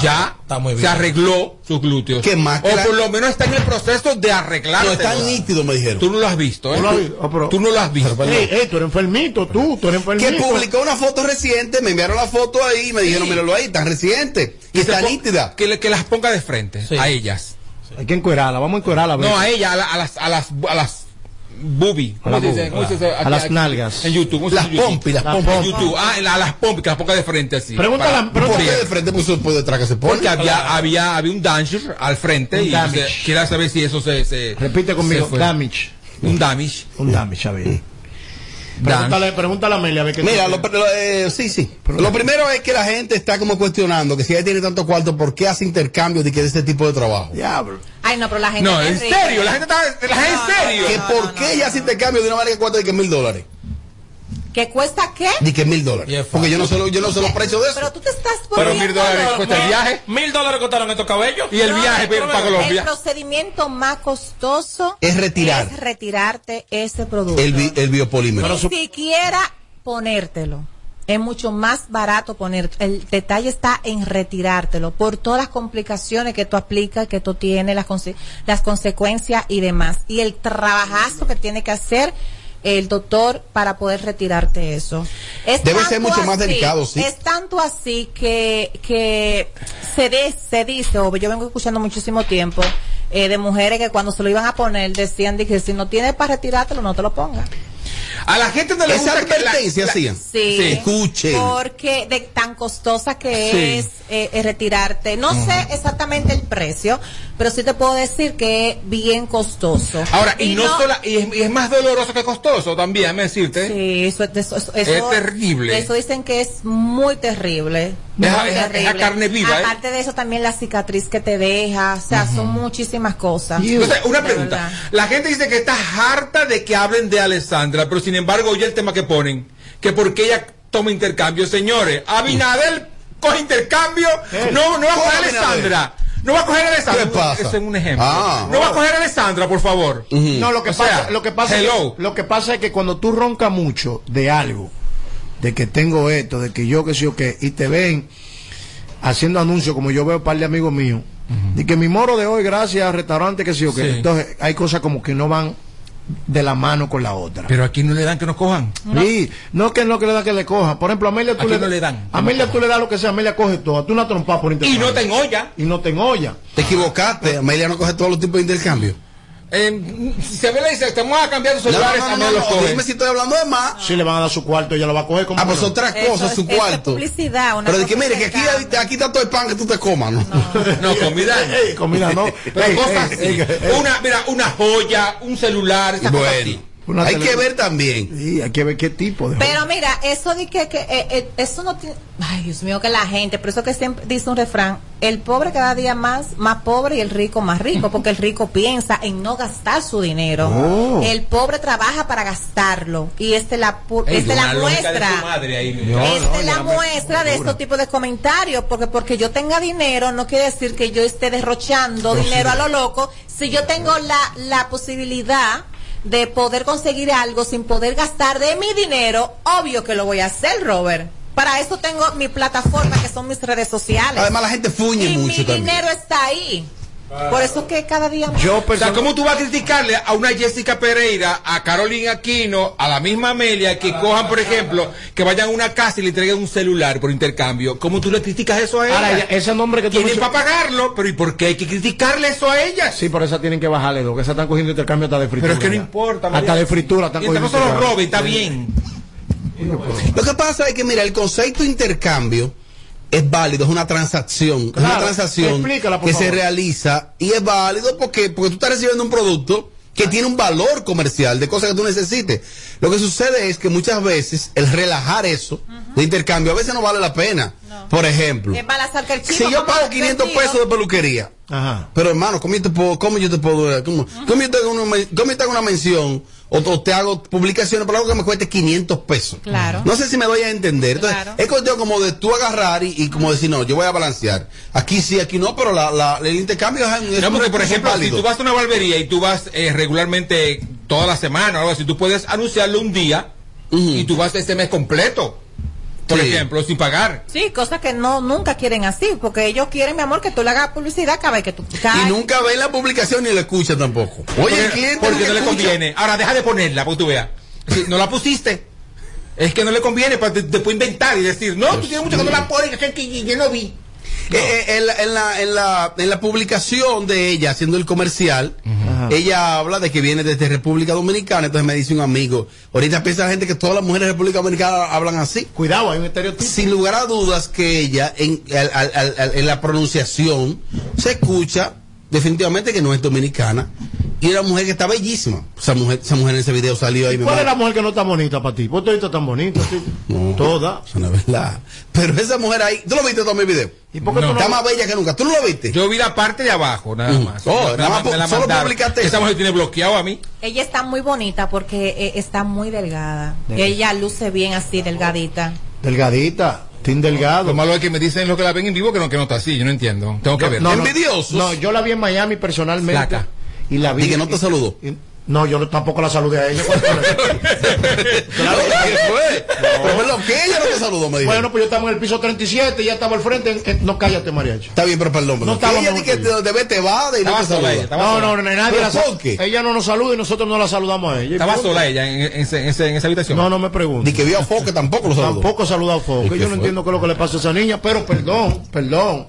Speaker 1: ya
Speaker 4: muy
Speaker 1: se
Speaker 4: bien.
Speaker 1: arregló sus glúteos.
Speaker 4: ¿Qué más?
Speaker 1: O
Speaker 4: ¿Qué la-
Speaker 1: por lo menos está en el proceso de arreglar.
Speaker 4: No, está nítido, me dijeron.
Speaker 1: Tú no lo has visto, ¿eh?
Speaker 4: No lo has
Speaker 1: Tú- Tú no lo has visto.
Speaker 3: Ey, ey, tú eres enfermito, tú, tú eres
Speaker 4: Que
Speaker 3: enfermito.
Speaker 4: publicó una foto reciente, me enviaron la foto ahí y me dijeron,
Speaker 1: Sí.
Speaker 4: míralo ahí, tan reciente. Y,
Speaker 1: se
Speaker 4: está
Speaker 1: pon-
Speaker 4: nítida.
Speaker 1: Que, le- que las ponga de frente a ellas.
Speaker 3: Hay que encuerarla, vamos a encuerarla.
Speaker 1: No, a ella, a, la- a las a las a las bubi,
Speaker 3: A la
Speaker 1: ¿Cómo se
Speaker 3: bubi,
Speaker 1: dice? ¿Cómo se dice
Speaker 3: a
Speaker 1: aquí-
Speaker 3: las
Speaker 1: aquí?
Speaker 3: nalgas.
Speaker 1: En YouTube, ¿cómo se
Speaker 3: Las
Speaker 1: dice en YouTube?
Speaker 3: pompis, las pompis.
Speaker 1: En YouTube, ah, en la- a las pompis, que las ponga de frente así.
Speaker 4: Pregúntale
Speaker 1: Para-
Speaker 4: a- pregúntale de frente, pues, pues, detrás que se pone.
Speaker 1: Porque había, había, había un danger al frente
Speaker 3: Un
Speaker 1: y
Speaker 3: damage.
Speaker 1: se- quería saber si eso se, se-
Speaker 3: Repite
Speaker 1: se
Speaker 3: conmigo,
Speaker 1: fue.
Speaker 3: damage.
Speaker 1: Un damage.
Speaker 3: Un damage, a ver. Pregúntale, pregúntale a Amelia a ver qué
Speaker 4: Ah. Mira,
Speaker 3: tú-
Speaker 4: lo, lo- eh, sí, sí. Lo primero es que la gente está como cuestionando que si ella tiene tanto cuarto, ¿por qué hace intercambios de, que de este tipo de trabajo?
Speaker 3: Diablo.
Speaker 5: Ay, no, pero la gente. es rica. No, no,
Speaker 4: ¿Que
Speaker 5: no,
Speaker 4: ¿Por
Speaker 5: no,
Speaker 4: qué ella hace intercambio de una marca de cuarto de que mil dólares?
Speaker 5: no. ¿Que cuesta qué?
Speaker 4: De que mil dólares. Porque yo no sé lo- yo no sé los precios de eso.
Speaker 5: Pero tú te estás
Speaker 4: Pero
Speaker 5: poniendo
Speaker 4: mil dólares
Speaker 5: loco.
Speaker 4: cuesta el viaje.
Speaker 2: Mil dólares costaron estos cabellos.
Speaker 1: Y el viaje
Speaker 2: pero
Speaker 1: para Colombia.
Speaker 5: El procedimiento más costoso
Speaker 4: Es retirar.
Speaker 5: es retirarte ese producto.
Speaker 4: El, bi- el biopolímero.
Speaker 5: Ni siquiera ponértelo. Es mucho más barato poner. El detalle está en retirártelo por todas las complicaciones que tú aplicas, que tú tienes, las, conse- las consecuencias y demás. Y el trabajazo que tiene que hacer el doctor para poder retirarte eso. Es
Speaker 4: Debe
Speaker 5: tanto
Speaker 4: ser mucho más delicado, sí.
Speaker 5: Es tanto así que, que se, de- se dice, o yo vengo escuchando muchísimo tiempo, eh, de mujeres que cuando se lo iban a poner decían de que si no tienes para retirártelo, no te lo pongas.
Speaker 1: A la gente no le
Speaker 4: Esa
Speaker 1: gusta que la-
Speaker 4: advertencia
Speaker 1: la-
Speaker 4: hacían.
Speaker 5: Sí.
Speaker 4: Escuchen.
Speaker 5: Porque de tan costosa que
Speaker 4: Sí.
Speaker 5: es eh, eh, retirarte. No sé exactamente el precio, pero sí te puedo decir que es bien costoso.
Speaker 1: Ahora, y, no, sola- y es, y es más doloroso que costoso también, déjame decirte.
Speaker 5: Sí, eso, eso- eso-
Speaker 1: es terrible.
Speaker 5: Eso dicen que es muy terrible. muy
Speaker 1: Es a- es a- es a carne viva, ¿eh?
Speaker 5: Aparte de eso, también la cicatriz que te deja. O sea, son muchísimas cosas.
Speaker 1: Entonces, una
Speaker 5: De
Speaker 1: pregunta.
Speaker 5: verdad.
Speaker 1: La gente dice que está harta de que hablen de Alessandra, pero sin embargo, oye el tema que ponen, que porque ella toma intercambio, señores, Abinadel coge intercambio, no, no va a
Speaker 4: ¿Cómo
Speaker 1: coger a
Speaker 4: Abinadel?
Speaker 1: Alessandra. No va a coger a Alessandra.
Speaker 4: ¿Qué pasa?
Speaker 1: Ese es un ejemplo.
Speaker 4: Ah.
Speaker 1: no va a coger a Alessandra, por favor.
Speaker 3: No, lo que
Speaker 1: O
Speaker 3: pasa,
Speaker 1: sea,
Speaker 3: lo que pasa, es
Speaker 1: hello.
Speaker 3: que, lo que pasa es que cuando tú roncas mucho de algo, de que tengo esto, de que yo qué sé yo qué, y te ven haciendo anuncios como yo veo un par de amigos míos, de que mi moro de hoy gracias al restaurante que sé yo qué,
Speaker 1: Sí.
Speaker 3: entonces hay cosas como que no van de la mano con la otra.
Speaker 1: Pero aquí no le dan que nos cojan.
Speaker 3: Sí, no que no que le dan que le cojan. Por ejemplo, a Amelia tú
Speaker 1: Aquí
Speaker 3: le,
Speaker 1: no le dan.
Speaker 3: A Amelia tú le das lo que sea, Amelia coge todo, tú una trompa por internet.
Speaker 1: Y no te engolla.
Speaker 3: Y no te engolla.
Speaker 4: Te equivocaste. Amelia no coge todos los tipos de intercambio.
Speaker 1: Eh, si se ve le dice, te vamos a cambiar los
Speaker 4: No,
Speaker 1: celulares,
Speaker 4: no, no,
Speaker 1: Amelia
Speaker 4: no,
Speaker 1: los
Speaker 4: no,
Speaker 1: coge.
Speaker 4: dime si estoy hablando de más.
Speaker 3: Si le van a dar su cuarto, ella lo va a coger como.
Speaker 4: Ah, pues otra
Speaker 5: Eso
Speaker 4: cosa,
Speaker 5: es-
Speaker 4: su
Speaker 5: eso es
Speaker 4: cuarto.
Speaker 5: publicidad, una
Speaker 4: Pero de que
Speaker 5: cosa
Speaker 4: mire, que aquí, aquí está todo el pan que tú te comas, ¿no?
Speaker 1: No, comida.
Speaker 3: Ey, comida no.
Speaker 1: Pero
Speaker 3: Ey,
Speaker 1: cosas
Speaker 3: ey,
Speaker 1: así.
Speaker 3: ey, ey.
Speaker 1: Una, mira, una joya, un celular, esas cosas así.
Speaker 4: Bueno,
Speaker 3: Una
Speaker 4: hay que
Speaker 3: televisión.
Speaker 4: ver también.
Speaker 3: Sí, hay que ver qué tipo de.
Speaker 5: Pero mira, eso de que, que, eh, eh, eso no tiene, ay Dios mío, que la gente, por eso que siempre dice un refrán, el pobre cada día más, más pobre y el rico más rico, porque el rico piensa en no gastar su dinero.
Speaker 3: Oh.
Speaker 5: El pobre trabaja para gastarlo y esta es la, pu-
Speaker 1: Ey,
Speaker 5: esta es la
Speaker 1: una lógica de
Speaker 5: muestra.
Speaker 1: tu madre ahí.
Speaker 5: Esta es Este, la muestra de estos tipos de comentarios, porque porque yo tenga dinero no quiere decir que yo esté derrochando dinero a lo loco. Si yo tengo la, la posibilidad de poder conseguir algo sin poder gastar de mi dinero, obvio que lo voy a hacer, Robert. Para eso tengo mi plataforma, que son mis redes sociales.
Speaker 4: Además, la gente fuñe
Speaker 5: y
Speaker 4: mucho
Speaker 5: mi
Speaker 4: también.
Speaker 5: dinero está ahí. Por eso que cada día más.
Speaker 1: Yo o sea, ¿cómo tú vas a criticarle a una Jessica Pereira, a Carolina Aquino, a la misma Amelia, que cojan, por ejemplo, que vayan a una casa y le entreguen un celular por intercambio? ¿Cómo tú le criticas eso a ella?
Speaker 3: Ahora, ya, ese nombre que tú
Speaker 1: Tienen
Speaker 3: mencionas-
Speaker 1: para pagarlo, pero ¿y por qué hay que criticarle eso a ella?
Speaker 3: Sí, por eso tienen que bajarle, lo que se están cogiendo intercambio hasta de fritura.
Speaker 1: Pero es que no
Speaker 3: ya.
Speaker 1: importa.
Speaker 3: Hasta de fritura están
Speaker 1: Mientras
Speaker 3: cogiendo.
Speaker 1: no se lo
Speaker 3: intercambio.
Speaker 1: roben, está bien.
Speaker 4: Lo que pasa es que, mira, el concepto de intercambio es válido, es una transacción. es
Speaker 3: Claro,
Speaker 4: una transacción que
Speaker 3: explícala, por
Speaker 4: se
Speaker 3: favor.
Speaker 4: realiza y es válido porque, porque tú estás recibiendo un producto que tiene un valor comercial de cosas que tú necesites. Lo que sucede es que muchas veces el relajar eso de intercambio a veces no vale la pena. Por
Speaker 3: Eh,
Speaker 4: ejemplo,
Speaker 5: Es balazar que el chico.
Speaker 4: si yo
Speaker 5: como
Speaker 4: pago
Speaker 5: un
Speaker 4: 500
Speaker 5: vendido,
Speaker 4: pesos de peluquería, pero hermano, ¿cómo yo te puedo, cómo yo te puedo, dar? cómo, cómo yo te hago una, men- cómo yo te hago una mención o, o te hago publicaciones por algo que me cueste 500 pesos?
Speaker 5: Claro.
Speaker 4: No sé si me doy a entender. Entonces,
Speaker 5: Claro.
Speaker 4: es cuestión como de tú agarrar y, y como decir, no, yo voy a balancear. Aquí sí, aquí no, pero la, la- el intercambio es, un- es
Speaker 1: No, porque,
Speaker 4: un-
Speaker 1: por
Speaker 4: es un
Speaker 1: ejemplo, si
Speaker 4: válido.
Speaker 1: tú vas a una barbería y tú vas eh, regularmente toda la semana o algo así, tú puedes anunciarlo un día y tú vas este mes completo, por ejemplo, sin pagar.
Speaker 5: Sí, cosas que no nunca quieren así, porque ellos quieren, mi amor, que tú le hagas publicidad cada vez que tú.
Speaker 4: Y nunca ve la publicación ni la escucha tampoco. Oye, el cliente
Speaker 1: porque
Speaker 4: lo
Speaker 1: no
Speaker 4: que
Speaker 1: le
Speaker 4: escucha-
Speaker 1: conviene. Ahora deja de ponerla, porque tú veas. Si no la pusiste. Es que no le conviene para te- después inventar y decir, no, tú tienes mucho que no la pones, que- que que yo no vi.
Speaker 4: Eh, eh, en, la, en la- en la- en la publicación de ella haciendo el comercial, ella habla de que viene desde República Dominicana. Entonces me dice un amigo, ahorita piensa la gente que todas las mujeres de República Dominicana hablan así.
Speaker 3: Cuidado, hay un estereotipo.
Speaker 4: Sin lugar a dudas que ella en, al- al- al- al- en la pronunciación se escucha definitivamente que no es dominicana. Y era una mujer que está bellísima. Esa mujer, esa mujer en ese video salió ahí. mi
Speaker 3: ¿Cuál
Speaker 4: madre.
Speaker 3: es la mujer que no está bonita para ti? ¿Por qué está tan bonita? sí? Toda.
Speaker 4: Es una verdad. Pero esa mujer ahí, ¿tú lo viste todo mi video?
Speaker 3: qué tú no-
Speaker 4: Está más bella que nunca. ¿Tú no lo viste?
Speaker 1: Yo vi la parte de abajo, nada más.
Speaker 4: Oh,
Speaker 1: Me
Speaker 4: nada más
Speaker 1: ma- me la
Speaker 4: solo
Speaker 1: mandaron.
Speaker 4: publicaste
Speaker 1: Esa mujer tiene bloqueado a mí.
Speaker 5: Ella está muy bonita porque eh, está muy delgada.
Speaker 3: De-
Speaker 5: Ella luce bien así, delgadita.
Speaker 3: Delgadita. Tin delgado.
Speaker 1: Lo malo es que me dicen los que la ven en vivo que no, que no está así, yo no entiendo. Tengo que ver.
Speaker 3: No, no, No, yo la vi en Miami personalmente.
Speaker 1: Flaca.
Speaker 3: Y la vi.
Speaker 1: Y que no te saludó.
Speaker 3: y- No, yo no- tampoco la saludé a ella.
Speaker 4: ¿Qué fue? Pero fue lo que ella no te saludó, me dijo.
Speaker 3: Bueno, pues yo estaba en el piso 37 y ya estaba al frente. en- en- No cállate, Mariachi.
Speaker 4: Está bien, pero perdón. pero
Speaker 3: No estaba
Speaker 4: ella
Speaker 3: muy
Speaker 4: di que te, de vez te va de y no
Speaker 1: Estaba
Speaker 4: te
Speaker 1: sola
Speaker 4: saluda.
Speaker 1: ella, estaba
Speaker 3: No,
Speaker 1: sola.
Speaker 3: no, no, nadie
Speaker 1: ¿Pero
Speaker 3: la
Speaker 1: por
Speaker 3: saluda.
Speaker 1: qué?
Speaker 3: Ella no nos saluda y nosotros no la saludamos a ella.
Speaker 1: Estaba
Speaker 3: ¿Y por qué?
Speaker 1: sola ella en, en ese- en ese- en esa habitación.
Speaker 3: No, no me pregunto.
Speaker 4: Ni que vio a Foque tampoco lo saludó.
Speaker 3: Tampoco saludó a Foque.
Speaker 4: ¿Y
Speaker 3: Yo
Speaker 4: qué
Speaker 3: no
Speaker 4: fue?
Speaker 3: entiendo qué es lo que le pasa a esa niña, pero perdón, perdón.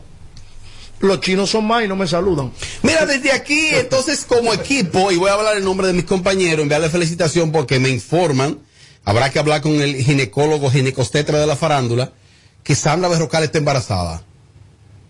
Speaker 3: Los chinos son más y no me saludan.
Speaker 4: Mira, desde aquí, entonces, como equipo, y voy a hablar en nombre de mis compañeros, enviarle felicitación porque me informan, habrá que hablar con el ginecólogo, ginecostetra de la farándula, que Sandra Berrocal está embarazada.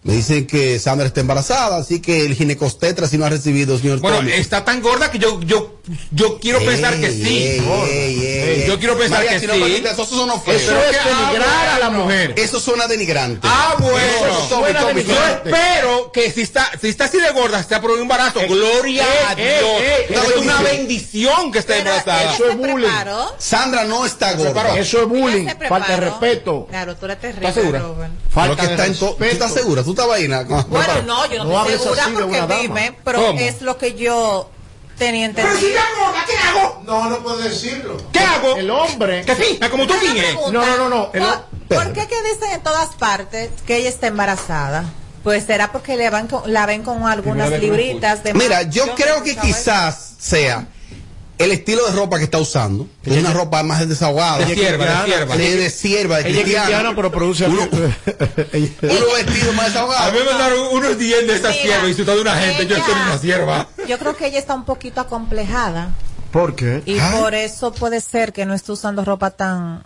Speaker 4: Me dicen que Sandra está embarazada, así que el ginecostetra si no ha recibido, señor
Speaker 1: Bueno,
Speaker 4: Tommy.
Speaker 1: está tan gorda que yo yo yo quiero
Speaker 4: Ey,
Speaker 1: pensar que sí.
Speaker 4: ey, ey, ey.
Speaker 1: Yo quiero pensar
Speaker 4: María,
Speaker 1: que
Speaker 4: si
Speaker 1: sí.
Speaker 4: no permite, eso suena feo.
Speaker 1: Pero que- ah, bueno.
Speaker 4: Eso suena denigrante.
Speaker 1: Ah,
Speaker 4: Eso
Speaker 1: bueno.
Speaker 4: suena
Speaker 1: yo
Speaker 4: denigrante.
Speaker 1: espero que si está, si está así de gorda, sea por un embarazo. Gloria
Speaker 4: eh,
Speaker 1: a
Speaker 4: eh,
Speaker 1: Dios.
Speaker 4: eh,
Speaker 1: es
Speaker 4: eh,
Speaker 1: una
Speaker 4: eh.
Speaker 1: bendición que esté embarazada.
Speaker 5: Eso es bullying. preparó?
Speaker 4: Sandra no está gorda.
Speaker 3: Eso es bullying.
Speaker 5: se preparó?
Speaker 3: Falta de respeto.
Speaker 5: Claro, tú eres terrible.
Speaker 4: ¿Estás segura?
Speaker 5: Robert.
Speaker 4: Pero que está en to- ¿Tú estás segura? ¿Tú estás vaina?
Speaker 5: Bueno, no, yo no,
Speaker 4: No
Speaker 5: estoy
Speaker 4: hables
Speaker 5: segura
Speaker 4: así de
Speaker 5: porque
Speaker 4: una dama.
Speaker 5: dime, pero
Speaker 4: ¿Cómo?
Speaker 5: es lo que yo tenía entendido.
Speaker 3: ¿qué hago? No, no puedo decirlo.
Speaker 1: ¿Qué hago?
Speaker 3: El hombre.
Speaker 1: Que fija, como tú finges.
Speaker 3: No, no, no, no. El
Speaker 5: ¿Por,
Speaker 3: ho-
Speaker 5: por qué que dicen en todas partes que ella está embarazada? Pues será porque le van con- la ven con algunas
Speaker 4: Primera vez que lo
Speaker 5: libritas de
Speaker 4: Mira,
Speaker 5: más.
Speaker 4: yo,
Speaker 5: no
Speaker 4: creo que
Speaker 5: escuchaba eso.
Speaker 4: quizás sea el estilo de ropa que está usando, que es una ropa más desahogada.
Speaker 1: De sierva, de sierva.
Speaker 4: Sí, de sierva, de
Speaker 3: Ella es
Speaker 4: cristiana.
Speaker 3: cristiana, pero produce.
Speaker 4: Uno vestido más
Speaker 1: A mí
Speaker 4: desahogado.
Speaker 1: me mandaron unos 10 de esa
Speaker 5: Mira,
Speaker 1: sierva insultando a una gente. Yo
Speaker 5: ella-
Speaker 1: soy una sierva.
Speaker 5: Yo creo que ella está un poquito acomplejada
Speaker 3: ¿Por qué?
Speaker 5: y
Speaker 4: Ah.
Speaker 5: por eso puede ser que no esté usando ropa tan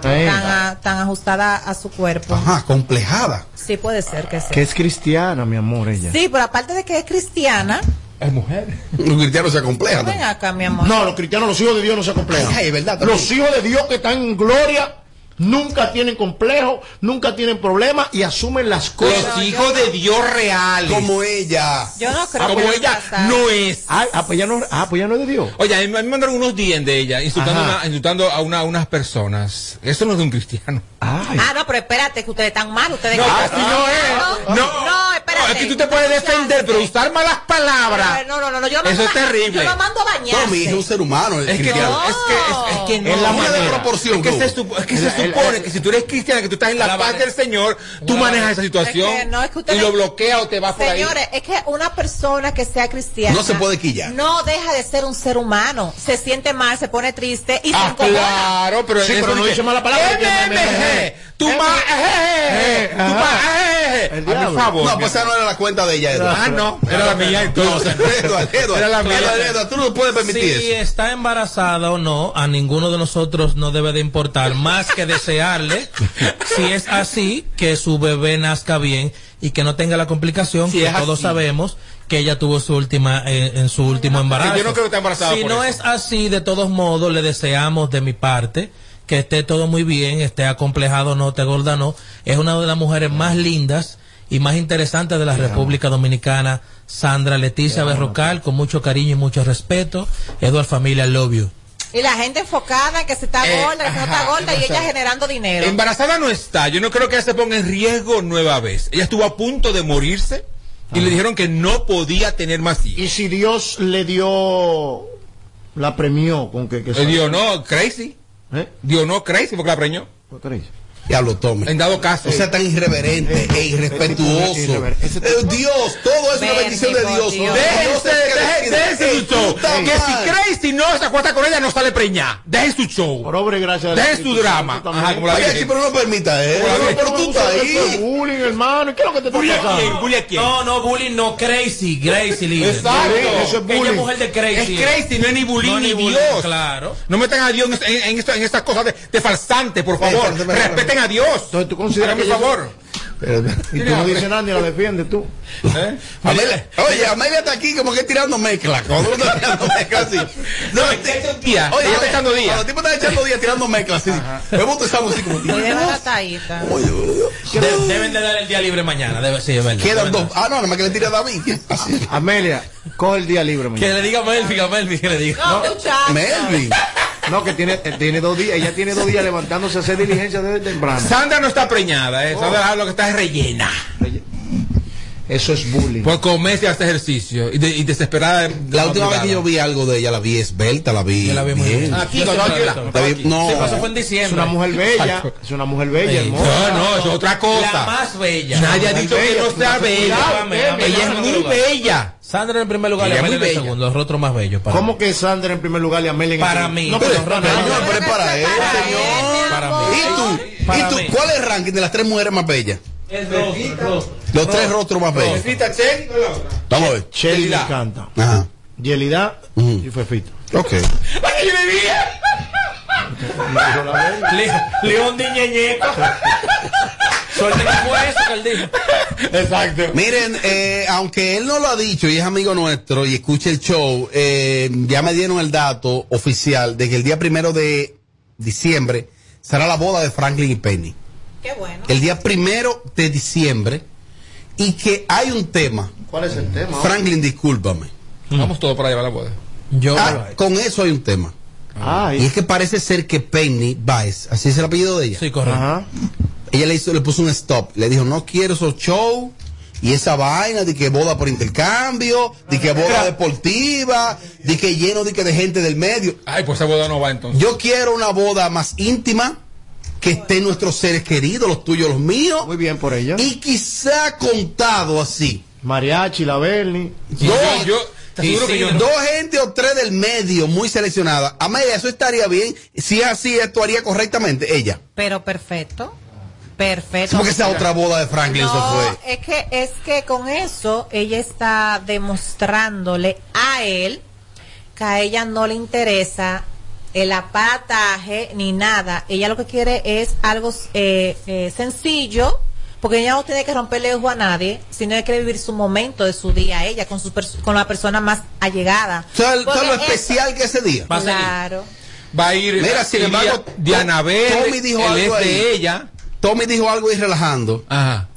Speaker 5: tan,
Speaker 3: Eh,
Speaker 5: a- tan ajustada a su cuerpo.
Speaker 4: Ajá, complejada.
Speaker 5: Sí puede ser que sí.
Speaker 3: Que es cristiana, mi amor, ella.
Speaker 5: Sí, pero aparte de que es cristiana,
Speaker 1: Es mujer.
Speaker 4: Los cristianos se acomplejan.
Speaker 5: ven acá, mi amor.
Speaker 3: No, los cristianos, los hijos de Dios no se complejan.
Speaker 4: Ay, es verdad, también.
Speaker 3: los hijos de Dios que están en gloria nunca tienen complejo, nunca tienen problemas y asumen las cosas.
Speaker 1: Los hijos de Dios reales.
Speaker 4: Como ella.
Speaker 5: Yo no creo
Speaker 1: como
Speaker 5: que esté
Speaker 1: ella
Speaker 5: casada.
Speaker 1: no es.
Speaker 3: Ah, ah, pues ya no, ah, pues ya no es de Dios.
Speaker 1: Oye, a mí me mandaron unos 10 de ella insultando,
Speaker 3: Ajá.
Speaker 1: una- insultando a, una, a unas personas. Eso no es de un cristiano.
Speaker 3: Ay.
Speaker 5: Ah, no, pero espérate, que ustedes están mal, ustedes
Speaker 1: No,
Speaker 5: que-
Speaker 1: así no es.
Speaker 5: No, no, espérate,
Speaker 1: es que tú te puedes defender, pero usar malas palabras.
Speaker 5: No, no, no, no, yo
Speaker 1: Eso
Speaker 5: mando
Speaker 1: es
Speaker 5: a-
Speaker 1: terrible.
Speaker 5: Yo lo mando a bañar.
Speaker 4: No, mi hijo es un ser humano.
Speaker 1: Es que,
Speaker 4: cristiano.
Speaker 1: no, es que, es, es que no.
Speaker 4: Es la
Speaker 1: manera.
Speaker 4: manera.
Speaker 1: Es que se, supo- es que se
Speaker 4: El- el-
Speaker 1: supone que si tú eres cristiana, que tú estás en la, paz del Señor, tú manejas esa situación
Speaker 5: Es que no, es que
Speaker 1: y
Speaker 5: ustedes-
Speaker 1: lo bloquea o te vas por ahí. Ah,
Speaker 5: Señores, es que una persona que sea cristiana
Speaker 1: No se puede quillar.
Speaker 5: No deja de ser un ser humano. Se siente mal, se pone triste y se
Speaker 1: Ah,
Speaker 5: incomoda.
Speaker 1: claro, pero,
Speaker 5: Sí,
Speaker 1: eso
Speaker 5: pero no
Speaker 1: dije,
Speaker 5: dice mala palabra.
Speaker 1: MMG, tú eh, más, tú
Speaker 4: ajá.
Speaker 5: Ah.
Speaker 1: más, eh, por favor.
Speaker 4: No, pues esa no era la cuenta de ella. Eduardo.
Speaker 1: Ah, no, era la mía, entonces.
Speaker 4: No, Eduardo, Eduardo,
Speaker 1: Era la mía.
Speaker 4: Eduardo, Eduardo, tú no puedes permitir
Speaker 2: si
Speaker 4: eso.
Speaker 2: está embarazada o no, a ninguno de nosotros no debe de importar más que desearle, si es así, que su bebé nazca bien y que no tenga la complicación
Speaker 1: Si
Speaker 2: que
Speaker 1: es
Speaker 2: todos
Speaker 1: así.
Speaker 2: sabemos que ella tuvo su última eh, en su último embarazo.
Speaker 1: yo no creo que esté embarazada
Speaker 2: Si
Speaker 1: por
Speaker 2: no
Speaker 1: eso.
Speaker 2: es así, de todos modos le deseamos de mi parte que esté todo muy bien, esté acomplejado o no, esté gorda o no. Es una de las mujeres más lindas y más interesantes de la República Dominicana, Sandra Leticia Berrocal, con mucho cariño y mucho respeto. Eduard Familia, I love you.
Speaker 5: Y la gente enfocada en que se está
Speaker 1: Eh,
Speaker 5: gorda, que no está
Speaker 1: ajá,
Speaker 5: gorda y ella
Speaker 1: embarazada.
Speaker 5: generando dinero.
Speaker 1: Embarazada no está. Yo no creo que ella se ponga en riesgo nueva vez. Ella estuvo a punto de morirse y le dijeron que no podía tener más hijos.
Speaker 3: Y si Dios le dio, la premió con que... que
Speaker 1: Eh, Dios no, crazy.
Speaker 3: ¿Eh?
Speaker 1: Dios no, crazy, porque la preñó.
Speaker 4: Diablo, tome.
Speaker 1: En dado caso.
Speaker 4: O sea, tan
Speaker 3: Eh,
Speaker 4: irreverente e irrespetuoso. Eh, Dios, todo es una bendición de Dios.
Speaker 1: Déjense, deje- déjense su show. Que si Crazy no se acuesta con ella, no sale preñada. Dejen su show. Por
Speaker 3: obre gracias.
Speaker 1: Dejen su drama. Ajá, como la
Speaker 4: Oye,
Speaker 1: Virgen.
Speaker 4: sí, pero no permita, ¿eh?
Speaker 1: Como la Virgen.
Speaker 4: Pero tú estás ahí.
Speaker 3: Bullying, hermano, ¿qué es lo que te está pasando?
Speaker 2: No, no, bullying, no, crazy, crazy, líder.
Speaker 1: Exacto.
Speaker 2: Eso es bullying. Ella es mujer de crazy.
Speaker 1: Es crazy, no es ni bullying
Speaker 2: No,
Speaker 1: ni,
Speaker 2: ni bullying,
Speaker 1: Dios.
Speaker 2: claro.
Speaker 1: No metan a Dios en, en, en esto- en estas cosas de, de falsante, por favor.
Speaker 3: espérate, espérate,
Speaker 1: Respeten a Dios.
Speaker 3: Entonces tú consideras
Speaker 1: Háganme
Speaker 3: que yo-
Speaker 1: favor.
Speaker 3: Y tú no dices nada ni la defiendes tú.
Speaker 1: ¿Eh?
Speaker 4: Amelia- Oye, Amelia está aquí como que tirando mezcla. Cuando uno está tirando mezcla así. No, este-
Speaker 1: día,
Speaker 4: Oye,
Speaker 1: ella está echando día.
Speaker 4: Cuando el tipo está echando día, tirando mezcla así. Me gusta esa música como
Speaker 5: Muy desbaratadita.
Speaker 2: De- deben de dar el día libre mañana. Debe, sí, es verdad.
Speaker 4: Quedan
Speaker 2: Deben de-
Speaker 4: dos. Ah, no, nada más que le tira a David.
Speaker 3: Amelia, coge el día libre
Speaker 2: Que
Speaker 3: mañana.
Speaker 2: le diga a Melvin, a Melvin, que le diga.
Speaker 5: muchacho.
Speaker 4: Melvin.
Speaker 3: No, que tiene, eh, tiene dos días, ella tiene dos días levantándose a hacer diligencia desde temprano.
Speaker 1: Sandra no está preñada, eh. Sandra lo que está es rellena.
Speaker 3: Eso es bullying.
Speaker 1: Por comerse y hace ejercicio. Y, de- y desesperada.
Speaker 4: La última vez que yo vi algo de ella, la vi esbelta, la vi. la vi bien.
Speaker 1: Aquí, no, no, aquí, no.
Speaker 4: La vi- No,
Speaker 2: Sí, pero eso fue en diciembre.
Speaker 3: Es una mujer bella, es una mujer bella,
Speaker 2: Sí.
Speaker 3: hermosa.
Speaker 1: Eh, No, no, es otra cosa.
Speaker 2: La más bella.
Speaker 1: Nadie ha
Speaker 2: La
Speaker 1: dicho
Speaker 2: más
Speaker 1: que
Speaker 2: bella.
Speaker 1: no sea bella.
Speaker 2: Cuidado,
Speaker 1: Ella
Speaker 2: Amelia,
Speaker 1: es
Speaker 2: en
Speaker 1: muy
Speaker 2: primer lugar.
Speaker 1: bella.
Speaker 2: Sandra en primer lugar y
Speaker 1: Ella es muy
Speaker 2: Amelia en el
Speaker 1: bella.
Speaker 2: segundo. Los otros más bellos. Para
Speaker 3: ¿Cómo que Sandra en primer lugar y Amelia en el
Speaker 2: Para
Speaker 3: segundo?
Speaker 2: mí.
Speaker 3: No, pero, no, no, no.
Speaker 4: pero es para él, señor. ¿Y tú? ¿Y tú? ¿Cuál es el ranking de las tres mujeres más bellas?
Speaker 2: El rostro.
Speaker 4: Los tres rostros más bellos. Vamos a ver.
Speaker 3: Shelly me encanta.
Speaker 4: Ajá.
Speaker 3: Yelida y Fefita.
Speaker 4: Ok.
Speaker 2: Le- León de Ñeñeco. Suerte que fue eso que él dijo.
Speaker 3: Exacto.
Speaker 4: Miren, eh, aunque él no lo ha dicho y es amigo nuestro y escucha el show, eh, ya me dieron el dato oficial de que el día primero de diciembre será la boda de Franklin y Penny.
Speaker 5: Qué bueno.
Speaker 4: El día primero de diciembre y que hay un tema.
Speaker 3: ¿Cuál es el tema?
Speaker 4: Franklin, discúlpame.
Speaker 1: Vamos todos para llevar la boda.
Speaker 2: Yo.
Speaker 4: Ah, con eso hay un tema. y es que parece ser que Penny Baez, así es el apellido de ella.
Speaker 2: Sí, correcto.
Speaker 4: Ella le, hizo, le puso un stop. Le dijo, no quiero esos shows y esa vaina de que boda por intercambio, de que boda deportiva, de que lleno de, que de gente del medio.
Speaker 1: Ay, pues esa boda no va entonces.
Speaker 4: Yo quiero una boda más íntima, que estén nuestros seres queridos, los tuyos, los míos.
Speaker 3: Muy bien por ella.
Speaker 4: Y quizá contado así.
Speaker 3: Mariachi, la Berni.
Speaker 4: Dos,
Speaker 1: yo-
Speaker 4: y
Speaker 1: seguro que
Speaker 4: sí,
Speaker 1: yo no.
Speaker 4: dos gente o tres del medio muy seleccionadas. Amelia, eso estaría bien. Si es así, actuaría correctamente
Speaker 1: oh.
Speaker 4: ella.
Speaker 5: Pero perfecto.
Speaker 4: Es
Speaker 5: Perfecto.
Speaker 4: porque esa otra boda de Franklin eso
Speaker 5: No,
Speaker 4: fue.
Speaker 5: es que, es que con eso ella está demostrándole a él que a ella no le interesa el aparataje ni nada. Ella lo que quiere es algo eh, eh, sencillo, porque ella no tiene que romperle ojo a nadie, sino que quiere vivir su momento de su día, ella, con, su pers- con la persona más allegada.
Speaker 4: ¿Sabes sabes lo
Speaker 5: Porque eso-
Speaker 4: especial que ese día?
Speaker 5: Claro.
Speaker 1: Va a ir.
Speaker 4: Mira, sin
Speaker 1: Iría
Speaker 4: embargo,
Speaker 1: Diana Bell,
Speaker 4: Tommy dijo
Speaker 1: él
Speaker 4: algo
Speaker 1: es de
Speaker 4: ahí.
Speaker 1: ella.
Speaker 4: Tommy dijo algo y relajando.
Speaker 1: Ajá.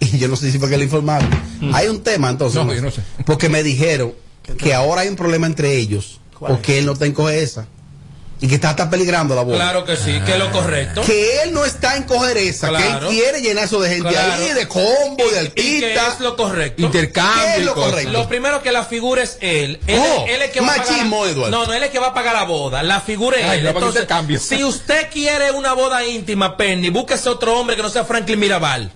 Speaker 1: Mm.
Speaker 4: Y yo no sé si fue que le informaron. Hay un tema entonces.
Speaker 1: No, yo no sé.
Speaker 4: Porque me dijeron que ahora hay un problema entre ellos. Porque él no está en esa. y que está hasta peligrando la bola.
Speaker 2: Claro que sí, que es lo correcto.
Speaker 4: Que él no está en cogereza,
Speaker 2: Claro.
Speaker 4: que él quiere llenar eso de gente
Speaker 2: Claro.
Speaker 4: ahí, de combo, de
Speaker 2: Y que
Speaker 4: artistas.
Speaker 2: es lo correcto.
Speaker 4: Intercambio
Speaker 2: ¿Qué es
Speaker 4: y
Speaker 2: lo
Speaker 4: cosas.
Speaker 2: correcto? Lo primero que la figura es él. Él, es-
Speaker 4: Oh,
Speaker 2: él es que va a
Speaker 4: machismo,
Speaker 2: pagar.
Speaker 4: Eduardo.
Speaker 2: No, no, él es que va a pagar la boda. La figura es
Speaker 1: Ay,
Speaker 2: él.
Speaker 1: no, para que
Speaker 2: Entonces,
Speaker 1: usted cambie.
Speaker 2: si usted quiere una boda íntima, Penny, búsquese otro hombre que no sea Franklin Mirabal.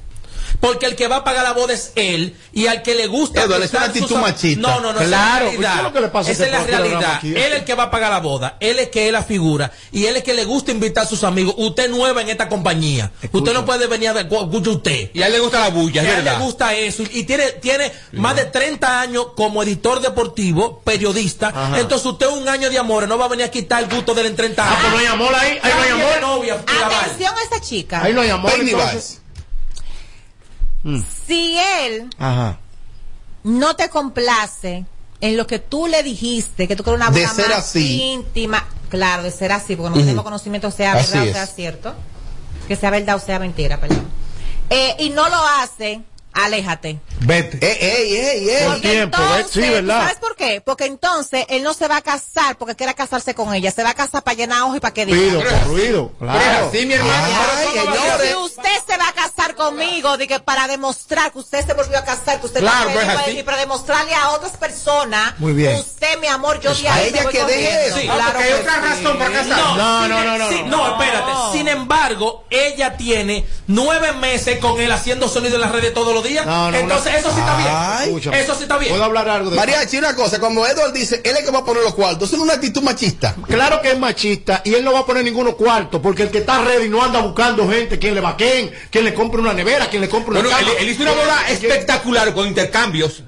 Speaker 2: Porque el que va a pagar la boda es él y al que le gusta.
Speaker 4: Eduardo, es una
Speaker 2: usar sus-
Speaker 4: actitud machista.
Speaker 2: No, no, no.
Speaker 4: Claro,
Speaker 2: esa es la
Speaker 4: ¿qué es
Speaker 2: realidad.
Speaker 4: lo que le pasa a
Speaker 2: Esa es
Speaker 4: este
Speaker 2: la
Speaker 4: programa
Speaker 2: realidad.
Speaker 4: aquí?
Speaker 2: Él es el que va a pagar la boda. Él es que es la figura. Y él es que le gusta invitar a sus amigos. Usted es nueva en esta compañía. Usted no puede venir a ver. Escucha usted.
Speaker 1: Y a él le gusta la bulla,
Speaker 2: Y
Speaker 1: es
Speaker 2: a él le
Speaker 1: verdad.
Speaker 2: gusta eso. Y tiene, tiene más de 30 años como editor deportivo, periodista. Entonces usted un año de amores no va a venir a quitar el gusto del en 30 años. Ah,
Speaker 3: pues no hay amor ahí, ahí no hay amor.
Speaker 5: Atención a esta chica.
Speaker 3: Ahí no hay amor.
Speaker 5: Penny
Speaker 3: entonces. Mm.
Speaker 5: Si él
Speaker 3: Ajá.
Speaker 5: no te complace en lo que tú le dijiste, que tú querías una boda
Speaker 4: De ser
Speaker 5: más
Speaker 4: así.
Speaker 5: íntima, claro, de ser así, porque no
Speaker 4: Ujú.
Speaker 5: tenemos conocimiento sea
Speaker 4: Así
Speaker 5: verdad
Speaker 4: es.
Speaker 5: o sea cierto, que sea verdad o sea mentira, perdón. Eh, y no lo hace, aléjate.
Speaker 3: Vete.
Speaker 5: Eh,
Speaker 4: Ey, ey, ey, ey.
Speaker 5: Porque
Speaker 3: eh,
Speaker 5: entonces, ¿tú ¿Sabes por qué? Porque entonces él no se va a casar porque quiera casarse con ella, se va a casar para llenar ojos y para que diga.
Speaker 3: Ruido, con ruido. Claro.
Speaker 1: Sí, mi hermano.
Speaker 5: Ay, si usted se va a casar conmigo, de que para demostrar que usted se volvió a casar, que usted
Speaker 4: Claro,
Speaker 5: también
Speaker 4: pues,
Speaker 5: puede
Speaker 4: así.
Speaker 5: decir, para demostrarle a otras personas,
Speaker 4: Muy bien. Pues
Speaker 5: usted, mi amor, yo de
Speaker 4: a
Speaker 5: ahí me
Speaker 4: ella
Speaker 5: voy
Speaker 4: que deje
Speaker 5: corriendo.
Speaker 4: eso.
Speaker 2: Sí.
Speaker 5: Claro
Speaker 2: Ah, porque hay
Speaker 5: que
Speaker 2: otra
Speaker 5: sí.
Speaker 2: razón para casarse.
Speaker 4: No, no,
Speaker 2: sin-
Speaker 4: no, no,
Speaker 2: sin-
Speaker 4: no.
Speaker 2: espérate. Sin embargo, ella tiene nueve meses con él haciendo sonido en las redes todos los días.
Speaker 4: No, no,
Speaker 2: Entonces,
Speaker 4: no.
Speaker 2: eso sí está bien. Eso sí está bien.
Speaker 3: ¿Puedo hablar algo de
Speaker 4: Mariachi, una cosa, cuando Edward dice, él es que va a poner los cuartos, es una actitud machista.
Speaker 3: Claro que es machista y él no va a poner ninguno cuarto porque el que está ready no anda buscando gente quien le vaquen, quien le compre una nevera, quien le compre una
Speaker 1: Bueno, él,
Speaker 3: cama. ¿Eh?
Speaker 1: él hizo una boda espectacular con intercambios.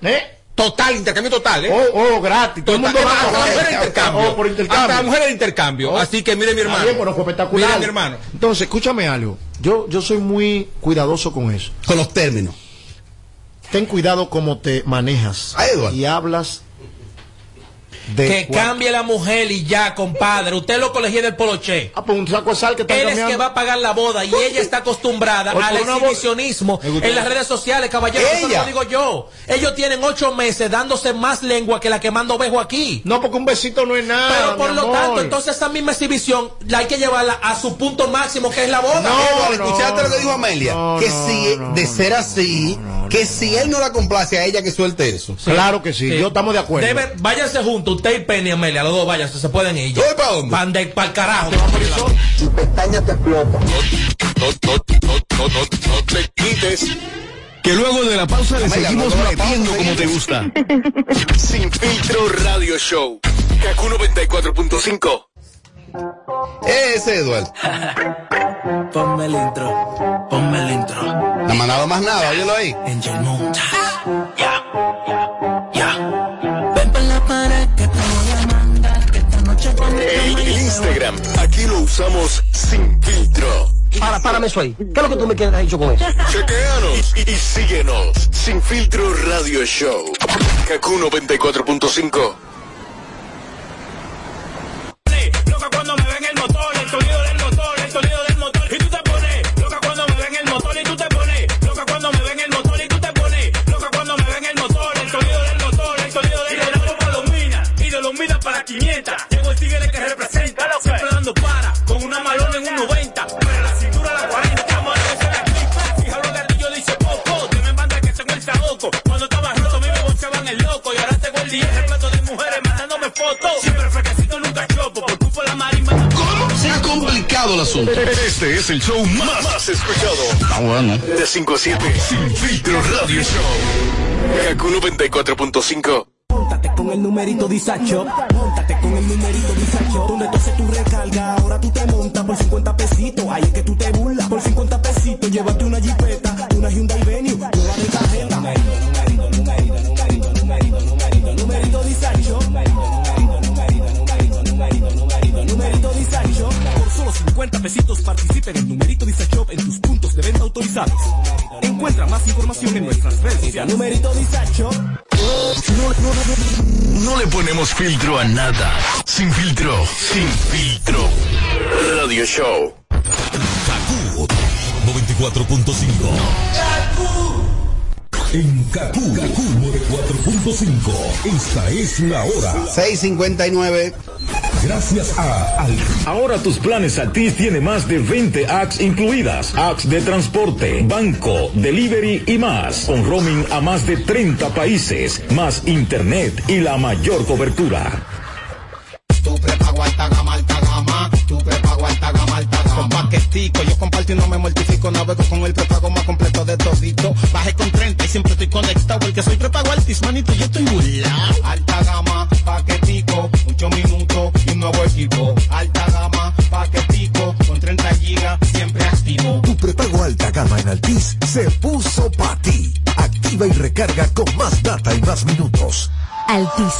Speaker 1: Total, intercambio total, ¿eh?
Speaker 3: Oh, oh, gratis. Todo el
Speaker 1: Total,
Speaker 3: mundo va a
Speaker 1: hasta la
Speaker 3: coger.
Speaker 1: mujer de intercambio.
Speaker 3: Oh, por intercambio. Oh.
Speaker 1: Hasta la mujer de intercambio. Así que mire mi hermano.
Speaker 3: Está bien, bueno, fue espectacular.
Speaker 1: Mire mi hermano.
Speaker 3: Entonces, escúchame algo. Yo, yo soy muy cuidadoso con eso.
Speaker 4: Con los términos.
Speaker 3: Ten cuidado cómo te manejas y hablas de
Speaker 2: que
Speaker 3: cual-
Speaker 2: cambie la mujer y ya, compadre. Usted lo colegía del poloche.
Speaker 3: Ah, pues un saco de sal que está
Speaker 2: Él es
Speaker 3: cambiando.
Speaker 2: que va a pagar la boda y ella está acostumbrada
Speaker 3: Por-
Speaker 2: al
Speaker 3: por una boda.
Speaker 2: exhibicionismo
Speaker 3: Me gustó.
Speaker 2: en las redes sociales, caballero. Eso no
Speaker 3: Ella.
Speaker 2: lo digo yo. Ellos tienen ocho meses dándose más lengua que la que mando ovejo aquí.
Speaker 3: No, porque un besito no es nada.
Speaker 2: Pero por
Speaker 3: mi
Speaker 2: lo
Speaker 3: amor.
Speaker 2: tanto, entonces esa misma exhibición la hay que llevarla a su punto máximo, que es la boda.
Speaker 4: Edward, escuchaste lo que dijo Amelia. que si, de ser así, que si él no la complace a ella, que suelte eso.
Speaker 3: Claro que sí, yo estamos de acuerdo.
Speaker 2: Deben- váyanse juntos, usted y Penny Amelia, los dos váyanse, se pueden ir. ¿Tú
Speaker 4: para dónde?
Speaker 2: para el carajo.
Speaker 17: No, no, no te quites. Que luego de la pausa le
Speaker 13: Amelia,
Speaker 17: seguimos
Speaker 13: luego de la
Speaker 17: metiendo
Speaker 13: pausa,
Speaker 17: como te
Speaker 13: seguimos.
Speaker 17: gusta. Sin filtro radio show. Kaku 94.5.
Speaker 4: Ese, Eduardo.
Speaker 8: Ponme el intro, ponme el intro.
Speaker 4: La manada más nada, óyelo ahí.
Speaker 8: Angel Moon.
Speaker 18: Ven pa' la pared que te voy a mandar, que esta noche pa' mi
Speaker 17: El,
Speaker 18: cama yo
Speaker 17: el
Speaker 18: te
Speaker 17: Instagram, aquí lo usamos sin filtro.
Speaker 19: Para, párame eso ahí. ¿Qué es lo que tú me quieres dicho con eso?
Speaker 17: Chequeanos y, y síguenos. Sin filtro radio show. Kaku 94.5.
Speaker 15: Loca cuando me ven el motor, el sonido del motor, el sonido del motor. Y tú te pones loca cuando me ven el motor y tú te pones loca cuando me ven el motor y tú te pones loca cuando me ven el motor, el sonido del motor, el sonido del motor. Y de la para los minas, y de los minas para 500. Tengo el tigre que representa, siempre dando para, con una malona en un 90. Pero la cintura a la 40, mano que se la clipa. Fija los gatillos, dice poco, te me manda que tengo el saoco. Cuando estaba roto, a mí me bolseaban el loco. Y ahora tengo el 10 repleto de mujeres mandándome fotos. Siempre fresquecito, nunca chopo, por culpa de la marimba.
Speaker 4: Se ha complicado el asunto.
Speaker 17: Este es el show más, más escuchado.
Speaker 4: Ah, bueno.
Speaker 17: De 5 a 7. Sin filtro radio show. Kaku 94.5.
Speaker 15: Móntate con el numerito disacho. Móntate con el numerito disacho. Donde tú haces tu recarga, ahora tú te montas por 50 pesitos. Ahí es que tú te burlas. Por 50 pesitos, llévate una jipeta, una Hyundai Venue, una de tarjeta. Numerito, numerito, numerito, numerito, numerito, numerito disacho. Numerito Disacho. Por solo 50 pesitos participa en el numerito Disacho en tus puntos de venta autorizados. Encuentra más información en nuestras redes sociales. Numerito Disacho.
Speaker 17: No le ponemos filtro a nada. Sin filtro. Sin filtro. Radio show.
Speaker 20: Kaku 94.5. En Kaku, Kaku 94.5. Esta es la hora.
Speaker 4: 6.59.
Speaker 21: gracias a Al.
Speaker 17: Ahora tus planes Altis tiene más de 20 apps incluidas, apps de transporte, banco, delivery y más, con roaming a más de 30 países, más internet y la mayor cobertura.
Speaker 9: prepago alta gama, alta gama. Tu prepago alta gama, alta gama. Con paquetico, yo comparto y no me mortifico. Navego con el prepago más completo de todito. Bajé con 30 y siempre estoy conectado. Porque soy prepago altis, manito, yo estoy burlado. Alta gama, paquetico, 8 minutos y un nuevo equipo. Alta gama, paquetico, con 30 gigas, siempre activo.
Speaker 13: Tu prepago alta gama en Altis se puso para ti. Activa y recarga con más data y más minutos.
Speaker 5: Altis,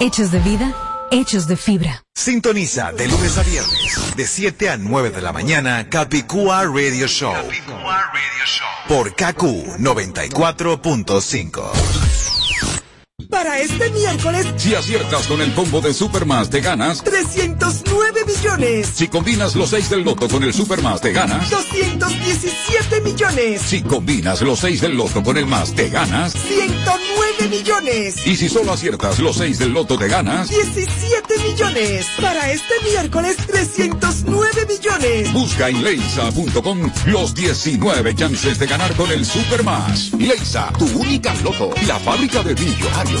Speaker 5: hechos de vida, hechos de fibra.
Speaker 13: Sintoniza de lunes a viernes, de 7 a 9 de la mañana, Capicúa Radio Show. Por KQ 94.5.
Speaker 22: Para este miércoles,
Speaker 23: Si aciertas con el combo de Supermas, te ganas.
Speaker 22: 309 millones,
Speaker 23: Si combinas los 6 del loto con el Supermas, te ganas.
Speaker 22: 217 millones,
Speaker 23: Si combinas los 6 del loto con el más, te ganas.
Speaker 22: 109 millones,
Speaker 23: Y si solo aciertas los 6 del loto, te ganas.
Speaker 22: 17 millones. Para este miércoles, 309 millones.
Speaker 23: Busca en leisa.com los 19 chances de ganar con el Supermas. Leisa, tu única loto. La fábrica de millonarios.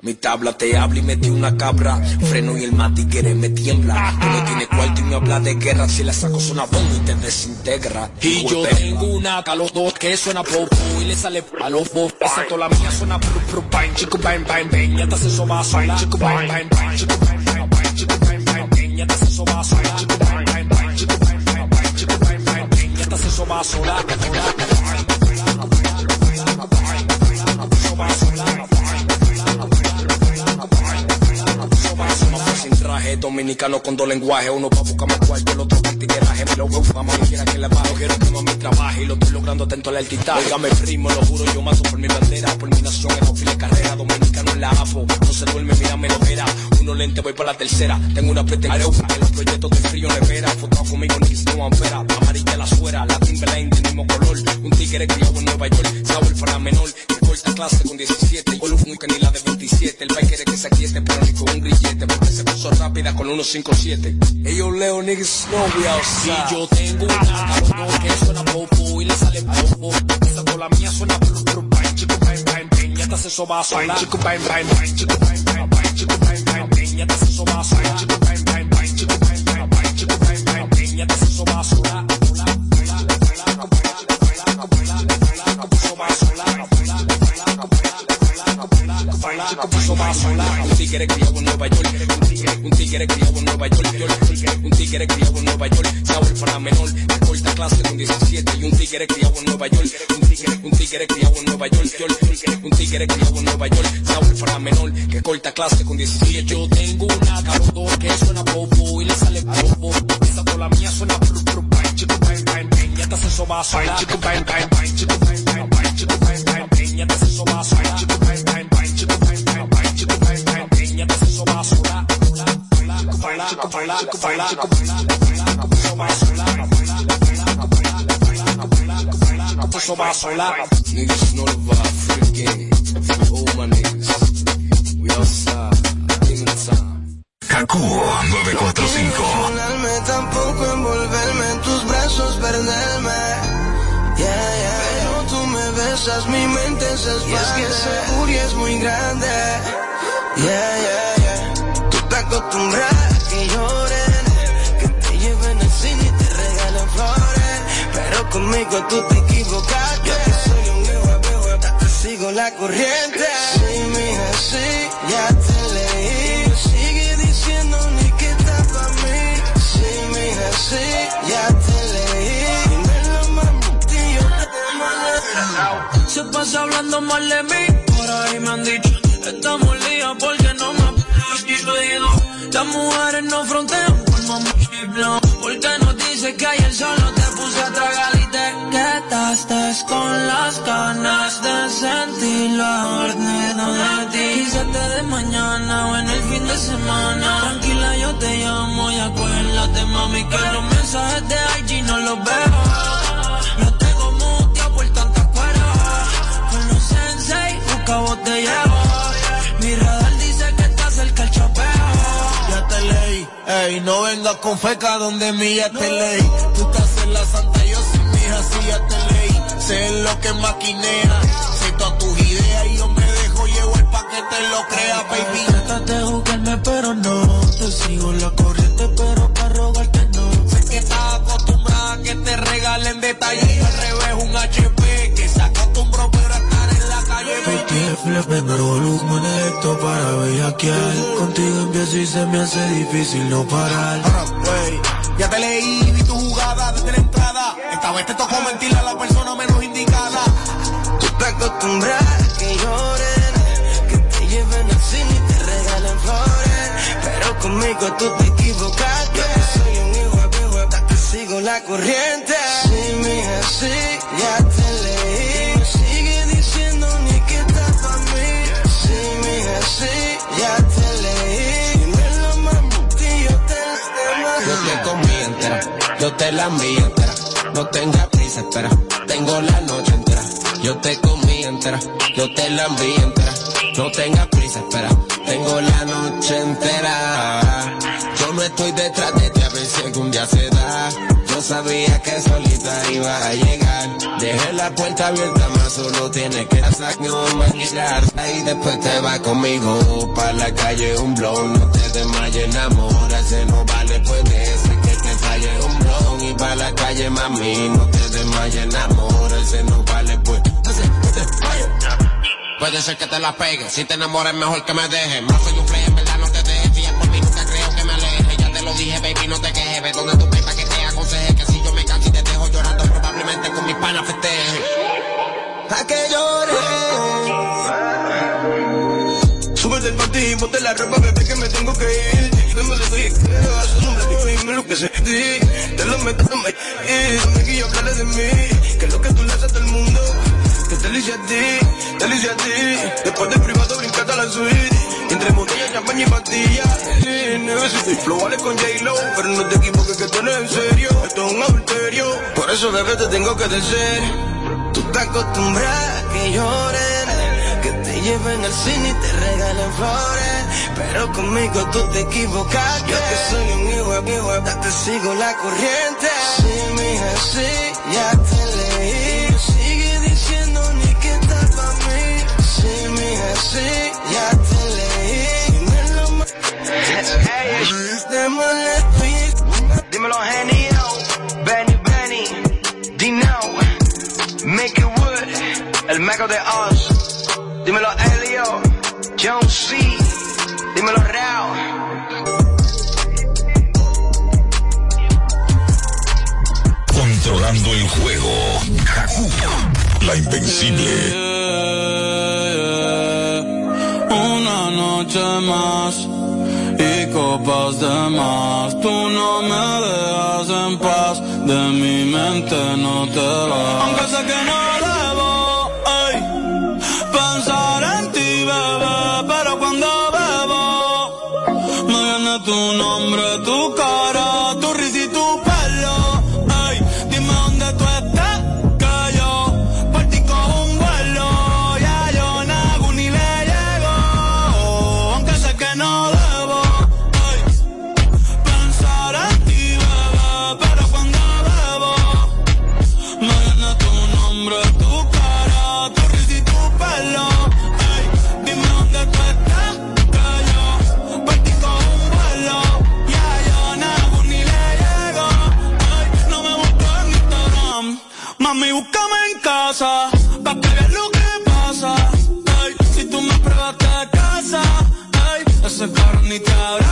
Speaker 8: Mi tabla te habla y metí una cabra. Freno y el matiquere me tiembla. Tú no tienes cuarto y me habla de guerra. Si la saco suena bomba y te desintegra. Y yo
Speaker 2: Golpe.
Speaker 8: tengo una calos dos que suena pop y le sale a los pop. Exacto, la mía suena pro pro pain. Chico pain pain pain. Ya te hace soba sola. Chico pain pain pain. Chico pain pain pain. Chico pain pain pain. Ya te hace soba sola. Chico pain pain pain. Chico pain pain pain. Chico pain pain pain. Ya te hace soba sola. sin traje dominicano con dos lenguajes uno pa' buscar más cuarto el otro pa' tigueraje me lo veo fama no quiera que le bajo quiero que mami trabaje y lo estoy logrando atento a la altita oígame primo lo juro yo mato por mi bandera por mi nación en file carrera dominicano en la afo no se duerme mira me lo vera uno lente voy para la tercera tengo una preta en Areuca, en los proyectos de frío nevera foto conmigo ni si no ampera amarilla la suera la Timberline del mismo color un tigre criado en Nueva York sabor para menor que corta clase con 17 yo lo que ni la de 27 el país quiere que se aquieste pero ni con un grillete porque se puso rápida con unos 5-7 ellos leo niggas no we outside y yo tengo una cabrón que suena popo y le sale popo esa bola mía suena pro pro pain chico pain pain pain ya te hace soba sola pain chico pain pain pain chico pain pain pain chico pain pain pain ya te hace soba sola chico pain pain pain chico pain pain pain chico pain pain pain ya te hace soba sola Chico puso más sola. Un tigre criado en Nueva York. Un tigre- Un tigre criado en Nueva York. York. Un tigre criado en Nueva York. Sabor para menor. De corta clase con 17. Y un tigre criado en Nueva York. Un tigre, un tigre criado en Nueva York. York. Un tigre criado en Nueva York. Sabor para menor. Que corta clase con 17. Yo tengo una cabrón que suena popo y le sale popo. Esa bola mía suena pro pro pain. Chico pain pain pain. Ya te hace soba sola. Chico pain pain pain. Chico pain pain pain. Chico pain pain pain. Ya te hace soba sola. Chico pain pain pain. Chico pain pain pain. Chico pain pain pain. Ya te hace soba sola. Chico pain chico pain chico pain chico pain. Puso más sola. Niggas know the vibe, free game. Oh my niggas, we outside, demon time.
Speaker 21: Kaku 945.
Speaker 9: emocionarme, tampoco envolverme en tus brazos, perderme. Yeah, yeah. Pero tú me besas, mi mente se expande. Y es que ese furia es muy grande. Yeah, yeah, yeah. Tú te acostumbras a que lloren, que te lleven al cine y te regalen flores. Pero conmigo tú te equivocaste. Yo que soy un hijo de hueva, te sigo la corriente. Sí, mija, sí, ya te leí. Sigue diciendo ni que está pa' mí. Sí, mija, sí, ya te leí. Dímelo, mami, que yo te amo.
Speaker 18: Se pasa hablando mal de mí, por ahí me han dicho Estamos líos porque no me digo Las mujeres no frontean por mamá no, Porque nos dice que ayer solo te puse a tragar y te quedaste con las ganas de sentir la ordena de ti Quizás de mañana o en el fin de semana Tranquila yo te llamo y acuérdate mami Que los mensajes de IG no los veo Los tengo muteados por tantas cueras Con los sensei busca botellero mi radar dice que está cerca el chapeo.
Speaker 9: Ya te leí, ey, no vengas con feca donde mí ya te leí. Tú estás en la santa, yo sin mi hija, sí ya te leí. Sé lo que maquinea, sé todas tus ideas y yo me dejo llevar pa' que te lo crea, baby.
Speaker 18: Tratas de jugarme, pero no. Te sigo la corriente, pero para rogarte no.
Speaker 9: Sé que estás acostumbrada a que te regalen detalles y al revés un HP que se acostumbró pero a estar en la calle.
Speaker 18: Porque flipé el volumen esto para bellaquear. Contigo empiezo y se me hace difícil no parar.
Speaker 9: Güey, ya te leí, vi tu jugada desde la entrada. Esta vez te tocó mentirle a la persona menos indicada. Tú te acostumbras a que lloren, que te lleven al cine y te regalen flores. Pero conmigo tú te equivocaste. Yo que soy un hijo de huevota que sigo la corriente. Sí, mija, sí, ya te leí. Sigue diciendo ni que estás pa' mí. Sí, mija, sí, ya te leí. Dímelo, mami, que yo te la
Speaker 7: Yo te comí entera, yo te la envié entera. No tengas prisa, espera, tengo la noche entera. Yo te comí entera, yo te la envié entera. No tengas prisa, espera, tengo la noche entera. Yo no estoy detrás de ti a ver si algún día se da. Yo sabía que solita iba a llegar. Dejé la puerta abierta, más solo tienes que sacar maquillar. Y después te va conmigo pa' la calle, un blow. No te desmayes, enamorarse no vale, puede ser que te falle un blon y pa' la calle, mami. No te desmayes, enamorarse no vale, pues. Puede ser que te la pegue, si te enamoras mejor que me dejes. Más soy un play, en verdad no te dejes. Fíjate por mí, nunca creo que me aleje. Ya te lo dije, baby, no te quejes. Ve donde tú para que te aconseje. Que si yo me canso y te dejo llorando, probablemente con mis panas festeje.
Speaker 9: a que llores. Súbete el panty, ponte la ropa, bebé, que me tengo que ir. Dime de ti, a su nombre, digo, dime lo que sentí. Te lo meto, no me ir. No me guío, hablarle de mí, que es lo que tú le haces a todo el mundo. Que te lo hice a ti, te lo hice a ti. Después del privado, brincate a la suite. Y entre botellas, champaña y pastillas. Sí, necesito y flow, vale con J-Lo. Pero no te equivoques, que esto no es en serio. Esto es un adulterio. Por eso, bebé, te tengo que decir. Tú te acostumbras a que lloren, que te lleven al cine y te regalen flores. Pero conmigo tú te equivocaste. Yo que soy un hijo de mi huevada, te sigo la corriente. Sí, mija, sí, ya te leí. Sigue diciendo ni que estás pa' mí. Sí, mija, sí, ya te leí. Dímelo, ma- Te molesto y- Dímelo, genio. Benny, Benny. Dino. Mickey Wood. El Mago de Oz. Dímelo, Elio. John C. Dímelo, Rao.
Speaker 20: Controlando el juego. Kaku, la invencible.
Speaker 7: Una noche más y copas de más. Tú no me dejas en paz, de mi mente no te vas. Aunque sé que no debo ay, pensar en ti, bebé, pero cuando bebo me viene tu nombre, tu cara, tu risa y tu pelo. Ay, dime dónde tú estás, que yo por ti cojo un vuelo. Ya yo en algún ni le llego, aunque sé que no debo. Ay, pensar en ti, bebé, pero cuando bebo me viene tu nombre,
Speaker 20: en casa, pa' que veas lo que pasa. Ay, si tú me pruebas te casa, ay, ese carro ni te abraza. eh,